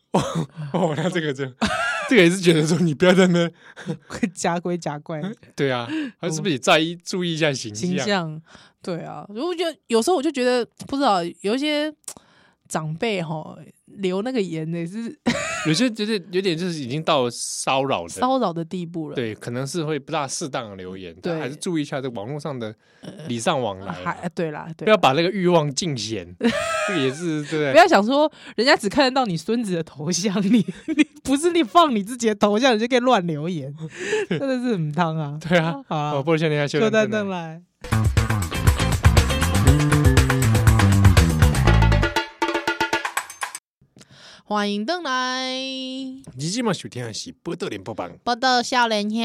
Speaker 2: 哦，那这个 就这个也是觉得说你不要在 那
Speaker 1: 假鬼假怪
Speaker 2: 对啊，他是不是也在意注意一下形
Speaker 1: 嗯形
Speaker 2: 象？
Speaker 1: 象，对啊。我觉得有时候我就觉得不知道，有一些长辈哈留那个言也是
Speaker 2: 有些就是有点就是已经到了骚扰的，
Speaker 1: 骚扰的地步了，
Speaker 2: 对，可能是会不大适当的留言，
Speaker 1: 嗯对呃
Speaker 2: 但还是注意一下这网络上的礼尚往来
Speaker 1: 还
Speaker 2: 啊，
Speaker 1: 对啦，对
Speaker 2: 不
Speaker 1: 啦
Speaker 2: 要把那个欲望 尽显，这个也是对
Speaker 1: 不
Speaker 2: 不对。
Speaker 1: 要想说人家只看得到你孙子的头像， 你你不是你放你自己的头像，你就可以乱留 言，真的是很烫啊！
Speaker 2: 对啊，
Speaker 1: 好
Speaker 2: 哦，
Speaker 1: 啊，
Speaker 2: 不如先等一下休
Speaker 1: 就
Speaker 2: 息
Speaker 1: 蛋蛋
Speaker 2: 蛋
Speaker 1: 来，欢迎登来，
Speaker 2: 你今晚收听的是《波特连播榜》，
Speaker 1: 报道少年兄，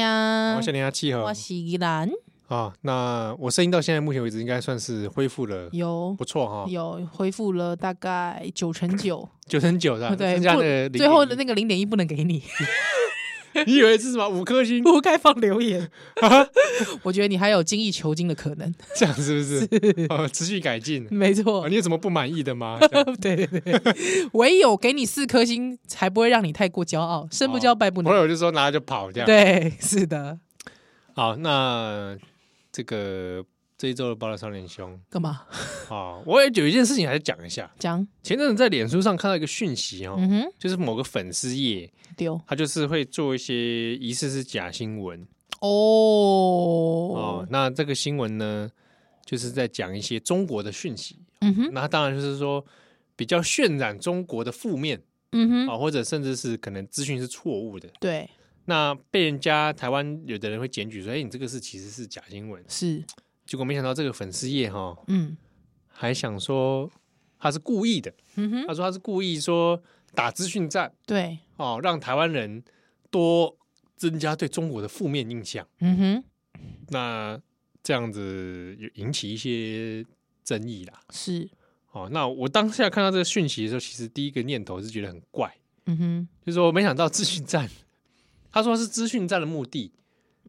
Speaker 2: 我先等一下契合
Speaker 1: 嗯我是依兰，
Speaker 2: 啊。那我声音到现在目前为止应该算是恢复了，
Speaker 1: 有
Speaker 2: 不错哈，
Speaker 1: 有恢复了大概九成九，
Speaker 2: 九成九 的，
Speaker 1: 对
Speaker 2: 啊剩下
Speaker 1: 不
Speaker 2: 的0.1
Speaker 1: 最后的那个零点一不能给你，
Speaker 2: 你以为是什么五颗 星？
Speaker 1: 不该放留言， 我觉得你还有精益求精的可 能，
Speaker 2: 这样是不是？哦，持续改进。
Speaker 1: 没错
Speaker 2: 哦，。你有什么不满意的吗？这样
Speaker 1: 对对对，唯有给你四颗星，才不会让你太过骄傲，生不
Speaker 2: 哦
Speaker 1: 骄败 不
Speaker 2: 朋
Speaker 1: 馁。
Speaker 2: 友就说拿就跑这样。
Speaker 1: 对，是的。
Speaker 2: 好，那这个这一周的《爆料少年兄
Speaker 1: 干嘛》
Speaker 2: 啊，我也有一件事情还是讲一下。
Speaker 1: 讲？
Speaker 2: 前阵子在脸书上看到一个讯息哦，
Speaker 1: 嗯哼，
Speaker 2: 就是某个粉丝页，
Speaker 1: 丢
Speaker 2: 他就是会做一些疑似是假新闻哦
Speaker 1: 哦。
Speaker 2: 那这个新闻呢，就是在讲一些中国的讯息，
Speaker 1: 嗯哼，
Speaker 2: 那当然就是说比较渲染中国的负面
Speaker 1: 嗯
Speaker 2: 啊、
Speaker 1: 哼，
Speaker 2: 或者甚至是可能资讯是错误的。
Speaker 1: 对，
Speaker 2: 那被人家台湾有的人会检举说，哎、你这个是其实是假新闻。
Speaker 1: 是，
Speaker 2: 结果没想到这个粉丝页哈，
Speaker 1: 嗯
Speaker 2: 还想说他是故意的，
Speaker 1: 嗯哼，
Speaker 2: 他说他是故意说打资讯战
Speaker 1: 对，
Speaker 2: 哦，让台湾人多增加对中国的负面印象。
Speaker 1: 嗯哼，
Speaker 2: 那这样子有引起一些争议啦。
Speaker 1: 是，
Speaker 2: 哦，那我当下看到这个讯息的时候，其实第一个念头是觉得很怪，
Speaker 1: 嗯哼，
Speaker 2: 就是说没想到资讯战，他说是资讯战的目的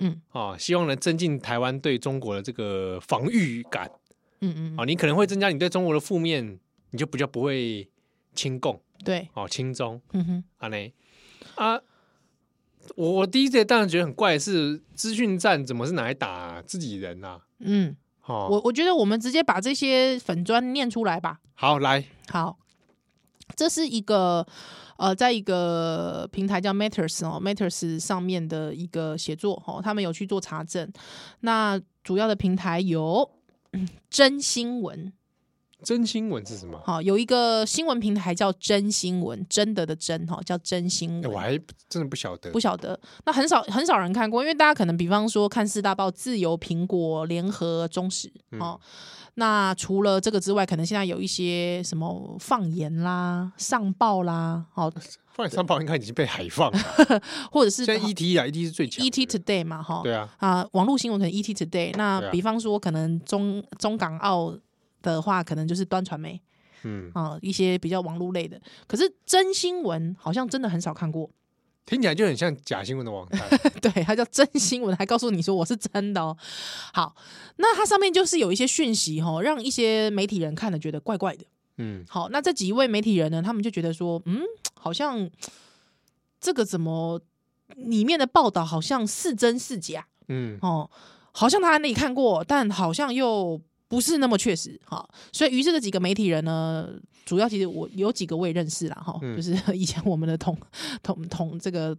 Speaker 1: 嗯
Speaker 2: 啊、哦，希望能增进台湾对中国的这个防御感。
Speaker 1: 嗯
Speaker 2: 啊、
Speaker 1: 嗯，
Speaker 2: 你可能会增加你对中国的负面，你就比较不会亲共
Speaker 1: 对，
Speaker 2: 哦，亲中
Speaker 1: 嗯哼，
Speaker 2: 啊嘞啊。我我第一次当然觉得很怪的是，资讯战怎么是拿来打自己人啊？
Speaker 1: 嗯，
Speaker 2: 哦，
Speaker 1: 我我觉得我们直接把这些粉砖念出来吧。
Speaker 2: 好来，
Speaker 1: 好，这是一个呃，在一个平台叫 Matters 哦，Matters 上面的一个写作哦，他们有去做查证。那主要的平台有嗯真新闻，
Speaker 2: 真新闻是什么？
Speaker 1: 好、有一个新闻平台叫真新闻，真的的真哈、哦，叫真新
Speaker 2: 哎、
Speaker 1: 闻。
Speaker 2: 我还真的不晓得
Speaker 1: 不。晓得，那很少很少人看过，因为大家可能比方说看四大报、自由、苹果、联合、中时
Speaker 2: 嗯
Speaker 1: 哦。那除了这个之外，可能现在有一些什么放言啦、上报啦， 哦，
Speaker 2: 放眼三炮应该已经被海放了，
Speaker 1: 或 者是，E
Speaker 2: 现在 ET 啊，ET 是最强的。
Speaker 1: ET Today 嘛，哈，
Speaker 2: 对啊，
Speaker 1: 啊、网络新闻可能 ET Today，
Speaker 2: 对啊
Speaker 1: 那比方说可能中中港澳的话，可能就是端传媒
Speaker 2: 嗯，
Speaker 1: 啊、一些比较网络类的。可是真新闻好像真的很少看过，
Speaker 2: 听起来就很像假新闻的网站。
Speaker 1: 对，它叫真新闻，还告诉你说我是真的哦。好，那它上面就是有一些讯息哈、让一些媒体人看了觉得怪怪的。
Speaker 2: 嗯，
Speaker 1: 好，那这几位媒体人呢，他们就觉得说，嗯，好像这个怎么里面的报道好像是真是假。
Speaker 2: 嗯，
Speaker 1: 哦，好像他在那里看过，但好像又不是那么确实哈、所以于是这几个媒体人呢，主要其实我有几个我也认识啦哈、
Speaker 2: 嗯
Speaker 1: 就是以前我们的同同同这个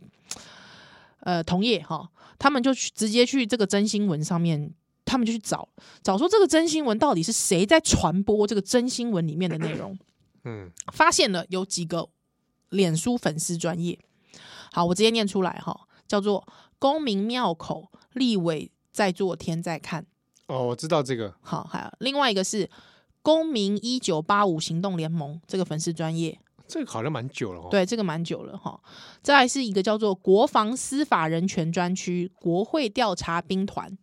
Speaker 1: 呃同业哈、他们就去直接去这个真新闻上面。他们就去找找说这个真新闻到底是谁在传播这个真新闻里面的内容，
Speaker 2: 嗯，
Speaker 1: 发现了有几个脸书粉丝专业。好，我直接念出来哈，叫做公民庙口立委在做天在看。
Speaker 2: 哦，我知道这个，
Speaker 1: 好，还有另外一个是公民一九八五行动联盟这个粉丝专业，
Speaker 2: 这个好像蛮久了哦。，
Speaker 1: 对，这个蛮久了哈。再来是一个叫做国防司法人权专区国会调查兵团，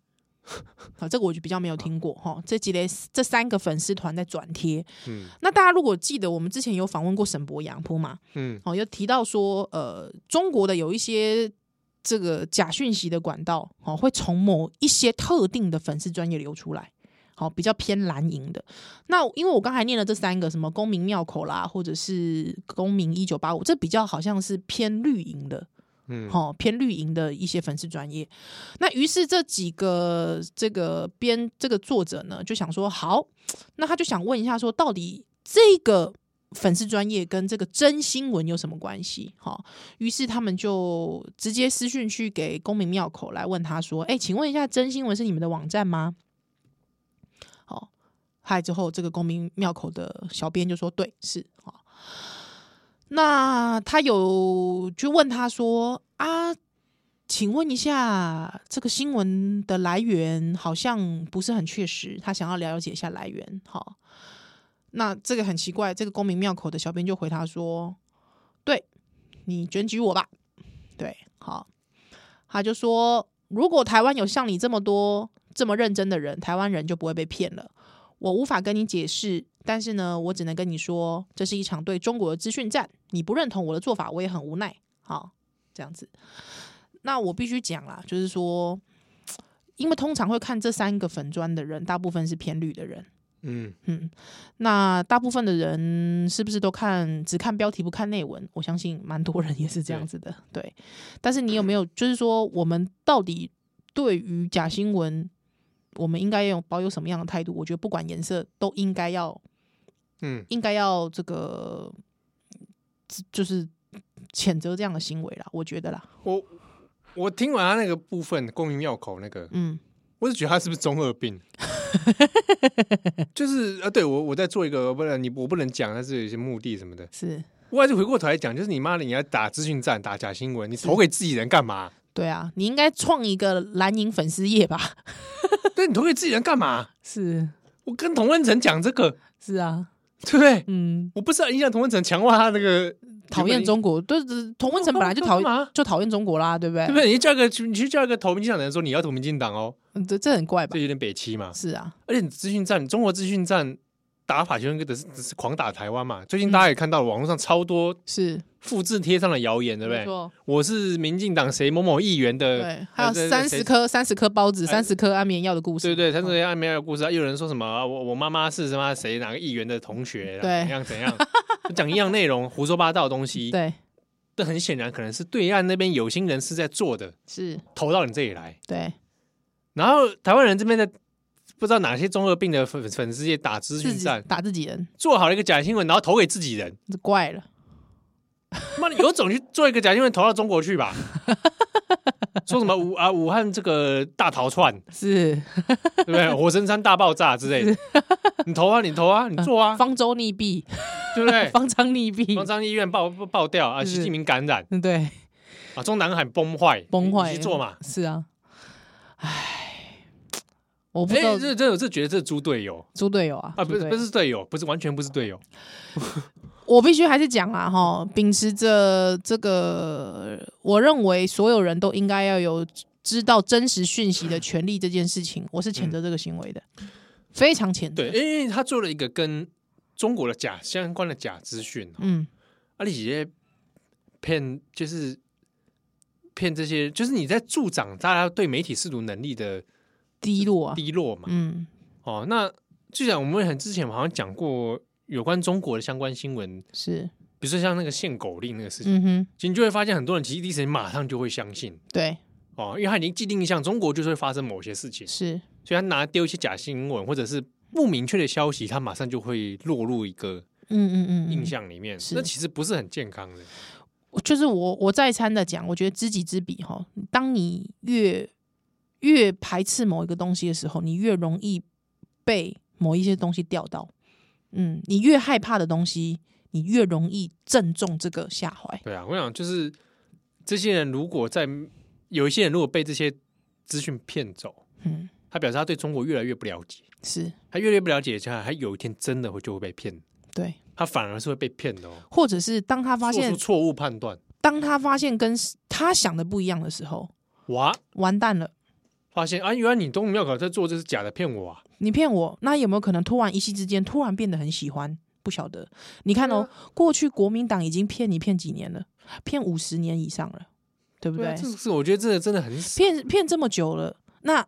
Speaker 1: 好，这个我就比较没有听过哈。这几类这三个粉丝团在转贴。
Speaker 2: 嗯
Speaker 1: 那大家如果记得，我们之前有访问过沈博洋铺嘛，
Speaker 2: 嗯
Speaker 1: 哦，有提到说，呃，中国的有一些。这个假讯息的管道哦，会从某一些特定的粉丝专业流出来，好、比较偏蓝营的。那因为我刚才念了这三个，什么公民庙口啦，或者是公民一九八五，这比较好像是偏绿营的，
Speaker 2: 嗯，
Speaker 1: 哦，偏绿营的一些粉丝专业。那于是这几个这个编这个作者呢，就想说，好，那他就想问一下说，到底这个粉丝专业跟这个真新闻有什么关系？哈、于是他们就直接私讯去给公民庙口来问他说，哎，请问一下，真新闻是你们的网站吗？哦，嗨，之后这个公民庙口的小编就说，对，是啊。哦那他有就问他说啊，请问一下这个新闻的来源好像不是很确实，他想要了解一下来源。好，那这个很奇怪，这个公民庙口的小编就回他说：“对你检举我吧。”对，好，他就说如果台湾有像你这么多这么认真的人，台湾人就不会被骗了。我无法跟你解释，但是呢，我只能跟你说，这是一场对中国的资讯战。你不认同我的做法，我也很无奈。好，这样子，那我必须讲啦，就是说，因为通常会看这三个粉砖的人，大部分是偏绿的人。
Speaker 2: 嗯
Speaker 1: 嗯，那大部分的人是不是都看只看标题不看内文？我相信蛮多人也是这样子的，对。但是你有没有就是说，我们到底对于假新闻，我们应该用保有什么样的态度？我觉得不管颜色，都应该要
Speaker 2: 嗯
Speaker 1: 应该要这个就是谴责这样的行为啦，我觉得啦，
Speaker 2: 我我听完他那个部分，公民庙口那个，
Speaker 1: 嗯
Speaker 2: 我是觉得他是不是中 二病？就是啊，对我我在做一个，不然你我不能讲，但是有一些目的什么的。
Speaker 1: 是。
Speaker 2: 我还是回过头来讲，就是你妈的，你要打资讯战、打假新闻，你投给自己人 干嘛？
Speaker 1: 对啊，你应该创一个蓝营粉丝页吧？
Speaker 2: 对，你投给自己人干嘛？
Speaker 1: 是
Speaker 2: 我跟童文成讲这个，
Speaker 1: 是啊，
Speaker 2: 对不对？
Speaker 1: 嗯，
Speaker 2: 我不是要影响童文成强化他那个
Speaker 1: 讨厌中国，就是童文成本来就 讨
Speaker 2: 干
Speaker 1: 厌
Speaker 2: 嘛？
Speaker 1: 就讨厌中国啦，对啊不对？
Speaker 2: 对不对？你叫一个你去叫一个投民进党的人说你要投民进党哦，
Speaker 1: 嗯这这很怪吧
Speaker 2: 这？有点北欺嘛。
Speaker 1: 是啊，
Speaker 2: 而且你资讯战，中国资讯战打法学生哥只是只是狂打台湾嘛。最近大家也看到了，网络上超多
Speaker 1: 是，
Speaker 2: 复制贴上的谣言，对不
Speaker 1: 没
Speaker 2: 对？
Speaker 1: 错，
Speaker 2: 我是民进党谁某某议员的，
Speaker 1: 对，还有
Speaker 2: 呃这
Speaker 1: 三
Speaker 2: 谁
Speaker 1: 十颗三十颗包子，
Speaker 2: 哎
Speaker 1: 三十颗安眠药的故事，
Speaker 2: 对
Speaker 1: 嗯
Speaker 2: 对，他说安没有故事啊，又有人说什么啊我我妈妈是什么谁哪个议员的同学，
Speaker 1: 对
Speaker 2: 怎样怎样， 就讲一样内容，胡说八道的东西。
Speaker 1: 对，
Speaker 2: 这很显然可能是对岸那边有心人士在做的，
Speaker 1: 是，
Speaker 2: 投到你这里来。
Speaker 1: 对，
Speaker 2: 然后台湾人这边的不知道哪些中二病的粉粉丝也打资
Speaker 1: 自
Speaker 2: 讯
Speaker 1: 己
Speaker 2: 战，
Speaker 1: 打自己人，
Speaker 2: 做好了一个假新闻，然后投给自己人。
Speaker 1: 这怪了，
Speaker 2: 妈的，有种去做一个假新闻投到中国去吧！ 说什么武啊武汉这个大逃窜，
Speaker 1: 是
Speaker 2: 对不对？火神山大爆炸之类的， 你投啊，你投啊，你做啊，
Speaker 1: 方舟溺毙，
Speaker 2: 对不对？
Speaker 1: 方舱溺毙
Speaker 2: 方，舱医院爆爆掉啊，
Speaker 1: 是
Speaker 2: 习近平感染
Speaker 1: 嗯，对，
Speaker 2: 啊，中南海崩坏，
Speaker 1: 崩坏
Speaker 2: 你你去做嘛？
Speaker 1: 是啊，唉，我不
Speaker 2: 哎
Speaker 1: 知道，
Speaker 2: 这这我是觉得这是猪队友
Speaker 1: 猪队友啊，
Speaker 2: 啊，不
Speaker 1: 猪
Speaker 2: 是
Speaker 1: 队
Speaker 2: 不
Speaker 1: 友
Speaker 2: 是队友，不是完全不是队友，
Speaker 1: 我必须还是讲啦，哈，秉持着这个，我认为所有人都应该要有知道真实讯息的权利这件事情，我是谴责这个行为的，非常谴责。
Speaker 2: 对，因为他做了一个跟中国的假相关的假资讯，
Speaker 1: 嗯，
Speaker 2: 啊，你直接骗就是骗这些，就是你在助长大家对媒体试读能力的
Speaker 1: 低落啊，
Speaker 2: 低落嘛。
Speaker 1: 嗯，
Speaker 2: 哦，那就像我们很之前好像讲过有关中国的相关新闻，
Speaker 1: 是，
Speaker 2: 比如说像那个限狗令那个事情，
Speaker 1: 嗯哼，
Speaker 2: 其实你就会发现很多人其实第一时间马上就会相信
Speaker 1: 对，
Speaker 2: 哦，因为他已经既定印象中国就是会发生某些事情，
Speaker 1: 是，
Speaker 2: 所以他拿丢一些假新闻或者是不明确的消息，他马上就会落入一个
Speaker 1: 嗯嗯嗯，嗯
Speaker 2: 印。象里面，
Speaker 1: 是
Speaker 2: 那其实不是很健康的。
Speaker 1: 就是我我再三的讲，我觉得知己知彼哈，当你越越排斥某一个东西的时候，你越容易被某一些东西钓到。嗯，你越害怕的东西，你越容易正中这个下怀。
Speaker 2: 对啊，我想就是这些人如果在有一些人如果被这些资讯骗走，
Speaker 1: 嗯，
Speaker 2: 他表示他对中国越来越不了解，
Speaker 1: 是
Speaker 2: 他越来越不了解，下来，他有一天真的会就会被骗，
Speaker 1: 对，
Speaker 2: 他反而是会被骗的哦。
Speaker 1: 或者是当他发
Speaker 2: 做
Speaker 1: 现
Speaker 2: 出，错误判断，
Speaker 1: 当他发现跟他想的不一样的时候，
Speaker 2: 哇，
Speaker 1: 完蛋了，
Speaker 2: 发现啊，原来你东吴庙口在做这是假的，骗我啊！
Speaker 1: 你骗我，那有没有可能突然一夕之间突然变得很喜欢？不晓得，你看
Speaker 2: 啊
Speaker 1: 哦，过去国民党已经骗你骗几年了，骗五十年以上了，对不
Speaker 2: 对
Speaker 1: 对？
Speaker 2: 啊，这是我觉得真的真的很少。
Speaker 1: 骗骗这么久了，那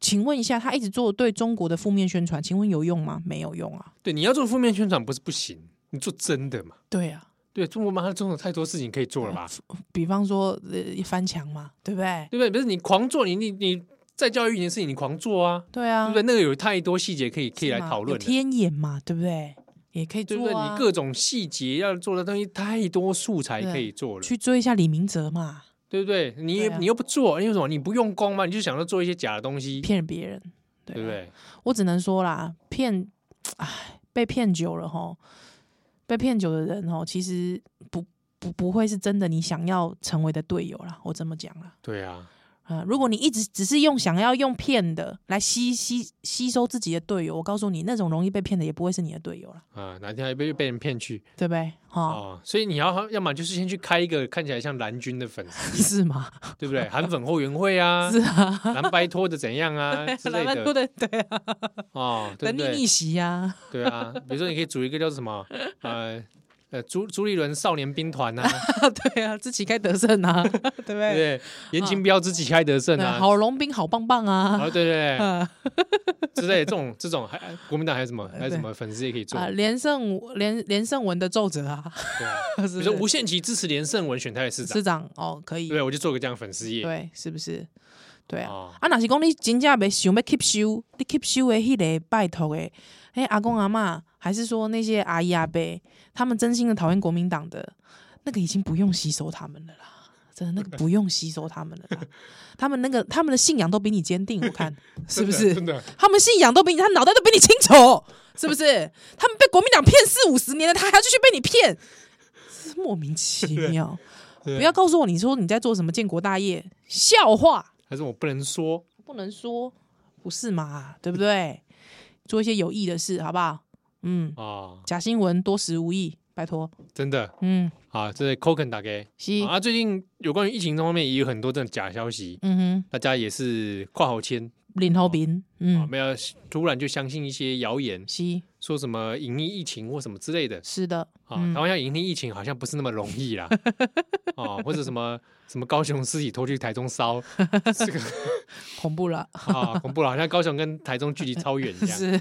Speaker 1: 请问一下，他一直做对中国的负面宣传，请问有用吗？没有用啊。
Speaker 2: 对，你要做负面宣传不是不行，你做真的嘛？
Speaker 1: 对啊，
Speaker 2: 对，中国嘛，它中国太多事情可以做了吧？
Speaker 1: 比方说呃翻墙嘛，对不对？
Speaker 2: 对不对？不是你狂做，你你你在教育一件事情，你狂做啊，
Speaker 1: 对啊，
Speaker 2: 对不对？那个有太多细节可以可以来
Speaker 1: 是吗
Speaker 2: 讨论
Speaker 1: 有
Speaker 2: 的，
Speaker 1: 天眼嘛，对不对？也可以做
Speaker 2: 对不对？
Speaker 1: 啊，
Speaker 2: 你各种细节要做的东西太多，素材
Speaker 1: 对
Speaker 2: 可以做了，
Speaker 1: 去追一下李明哲嘛，
Speaker 2: 对不对？你
Speaker 1: 对
Speaker 2: 也
Speaker 1: 啊
Speaker 2: 你又不做，因为什么？你不用功嘛，你就想要做一些假的东西，
Speaker 1: 骗别人，对啊
Speaker 2: 对不？对？
Speaker 1: 我只能说啦，骗，唉，被骗久了吼，被骗久的人吼，其实不不不会是真的你想要成为的队友啦。我这么讲啦，
Speaker 2: 对啊，
Speaker 1: 啊、如果你一直只是用想要用骗的来吸吸吸收自己的队友，我告诉你，那种容易被骗的也不会是你的队友啦，
Speaker 2: 啊，哪天还
Speaker 1: 哦
Speaker 2: 被被人骗去
Speaker 1: 对不对？哈、
Speaker 2: 啊？所以你要要么就是先去开一个看起来像蓝军的粉 丝，
Speaker 1: 是吗？
Speaker 2: 对不对？韩粉后援会 啊，
Speaker 1: 是啊，
Speaker 2: 蓝白拖的怎样啊之类
Speaker 1: 蛮多
Speaker 2: 的
Speaker 1: 的， 对啊，
Speaker 2: 哦，对
Speaker 1: 等
Speaker 2: 不
Speaker 1: 你
Speaker 2: 对？
Speaker 1: 逆袭呀、
Speaker 2: 对啊，比如说你可以组一个叫做什么呃呃朱朱立伦少年兵团啊，
Speaker 1: 啊，对啊，自己该得胜啊， 对不
Speaker 2: 对不
Speaker 1: 对？嗯
Speaker 2: 对？严金彪自己开得胜
Speaker 1: 对
Speaker 2: 啊，
Speaker 1: 好龙兵好棒棒啊，
Speaker 2: 啊对对对
Speaker 1: 啊
Speaker 2: 之类的这种这种还还国民党还有什么还有
Speaker 1: 呃
Speaker 2: 什
Speaker 1: 对
Speaker 2: 么粉丝也可以做，
Speaker 1: 啊，连胜武连连胜文的奏折啊，
Speaker 2: 对啊，
Speaker 1: 是不
Speaker 2: 比如
Speaker 1: 是
Speaker 2: 说吴宪奇支持连胜文选台北市长，
Speaker 1: 市长哦，可以，
Speaker 2: 对，啊我就做个这样粉丝页
Speaker 1: 对，是不是？对啊，
Speaker 2: 啊，
Speaker 1: 啊，若是讲你真正袂想要吸收，你吸收的迄个拜托的，哎，阿公阿嬷，还是说那些阿姨阿伯，他们真心的讨厌国民党的，那个已经不用吸收他们了啦。真的，那个不用吸收他们了 啦，他们那个他们的信仰都比你坚定，我看是不是？
Speaker 2: 真的
Speaker 1: 他们信仰都比你，他脑袋都比你清楚，是不是？他们被国民党骗四五十年了，他还要继续被你骗，真是莫名其妙。
Speaker 2: 对
Speaker 1: 不要告诉我你说你在做什么建国大业，笑话
Speaker 2: 还是我不能说
Speaker 1: 不能说，不是嘛？对不对？做一些有益的事，好不好？嗯，
Speaker 2: 啊，
Speaker 1: 假新闻多食无益，拜托。
Speaker 2: 真的
Speaker 1: 嗯，
Speaker 2: 啊，这是 Coken 打给
Speaker 1: 西，
Speaker 2: 啊，最近有关于疫情这方面也有很多这种假消息，
Speaker 1: 嗯
Speaker 2: 大家也是跨好签
Speaker 1: 哼，领头兵，
Speaker 2: 啊，
Speaker 1: 嗯，
Speaker 2: 没有突然就相信一些谣言，
Speaker 1: 西，
Speaker 2: 说什么隐匿疫情或什么之类的
Speaker 1: 是的，
Speaker 2: 啊，
Speaker 1: 嗯
Speaker 2: 台，湾要隐匿疫情好像不是那么容 易啦，啊，或者什么什么高雄尸体拖去台中烧， 这个
Speaker 1: 恐怖了，
Speaker 2: 啊恐怖了，好像高雄跟台中距离超远一 样
Speaker 1: 是，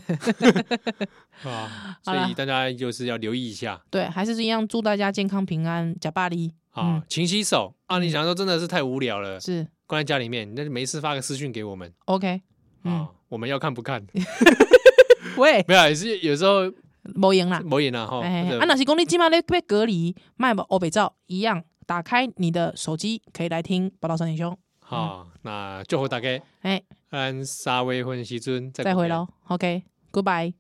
Speaker 2: 啊，
Speaker 1: 好
Speaker 2: 所
Speaker 1: 啦
Speaker 2: 以大家就是要留意一下
Speaker 1: 对，还是一样，祝大家健康平安，假巴黎
Speaker 2: 啊
Speaker 1: 嗯，
Speaker 2: 勤洗手啊，你想说真的是太无聊了，
Speaker 1: 是
Speaker 2: 关在家里面，那就没事发个私讯给我们
Speaker 1: OK，嗯，
Speaker 2: 啊，我们要看不看，
Speaker 1: 喂，
Speaker 2: 没有啊也是有时候
Speaker 1: 无赢啦。
Speaker 2: 某眼啊哈，
Speaker 1: 哎，
Speaker 2: 或
Speaker 1: 嘿
Speaker 2: 者
Speaker 1: 啊，那是讲你今嘛咧被隔离，卖无欧北照一样，打开你的手机可以来听《报道三点兄》。
Speaker 2: 啊，那祝福大家嗯
Speaker 1: 哎，
Speaker 2: 按沙威混时阵啊
Speaker 1: 再会。喽，OK，Goodbye。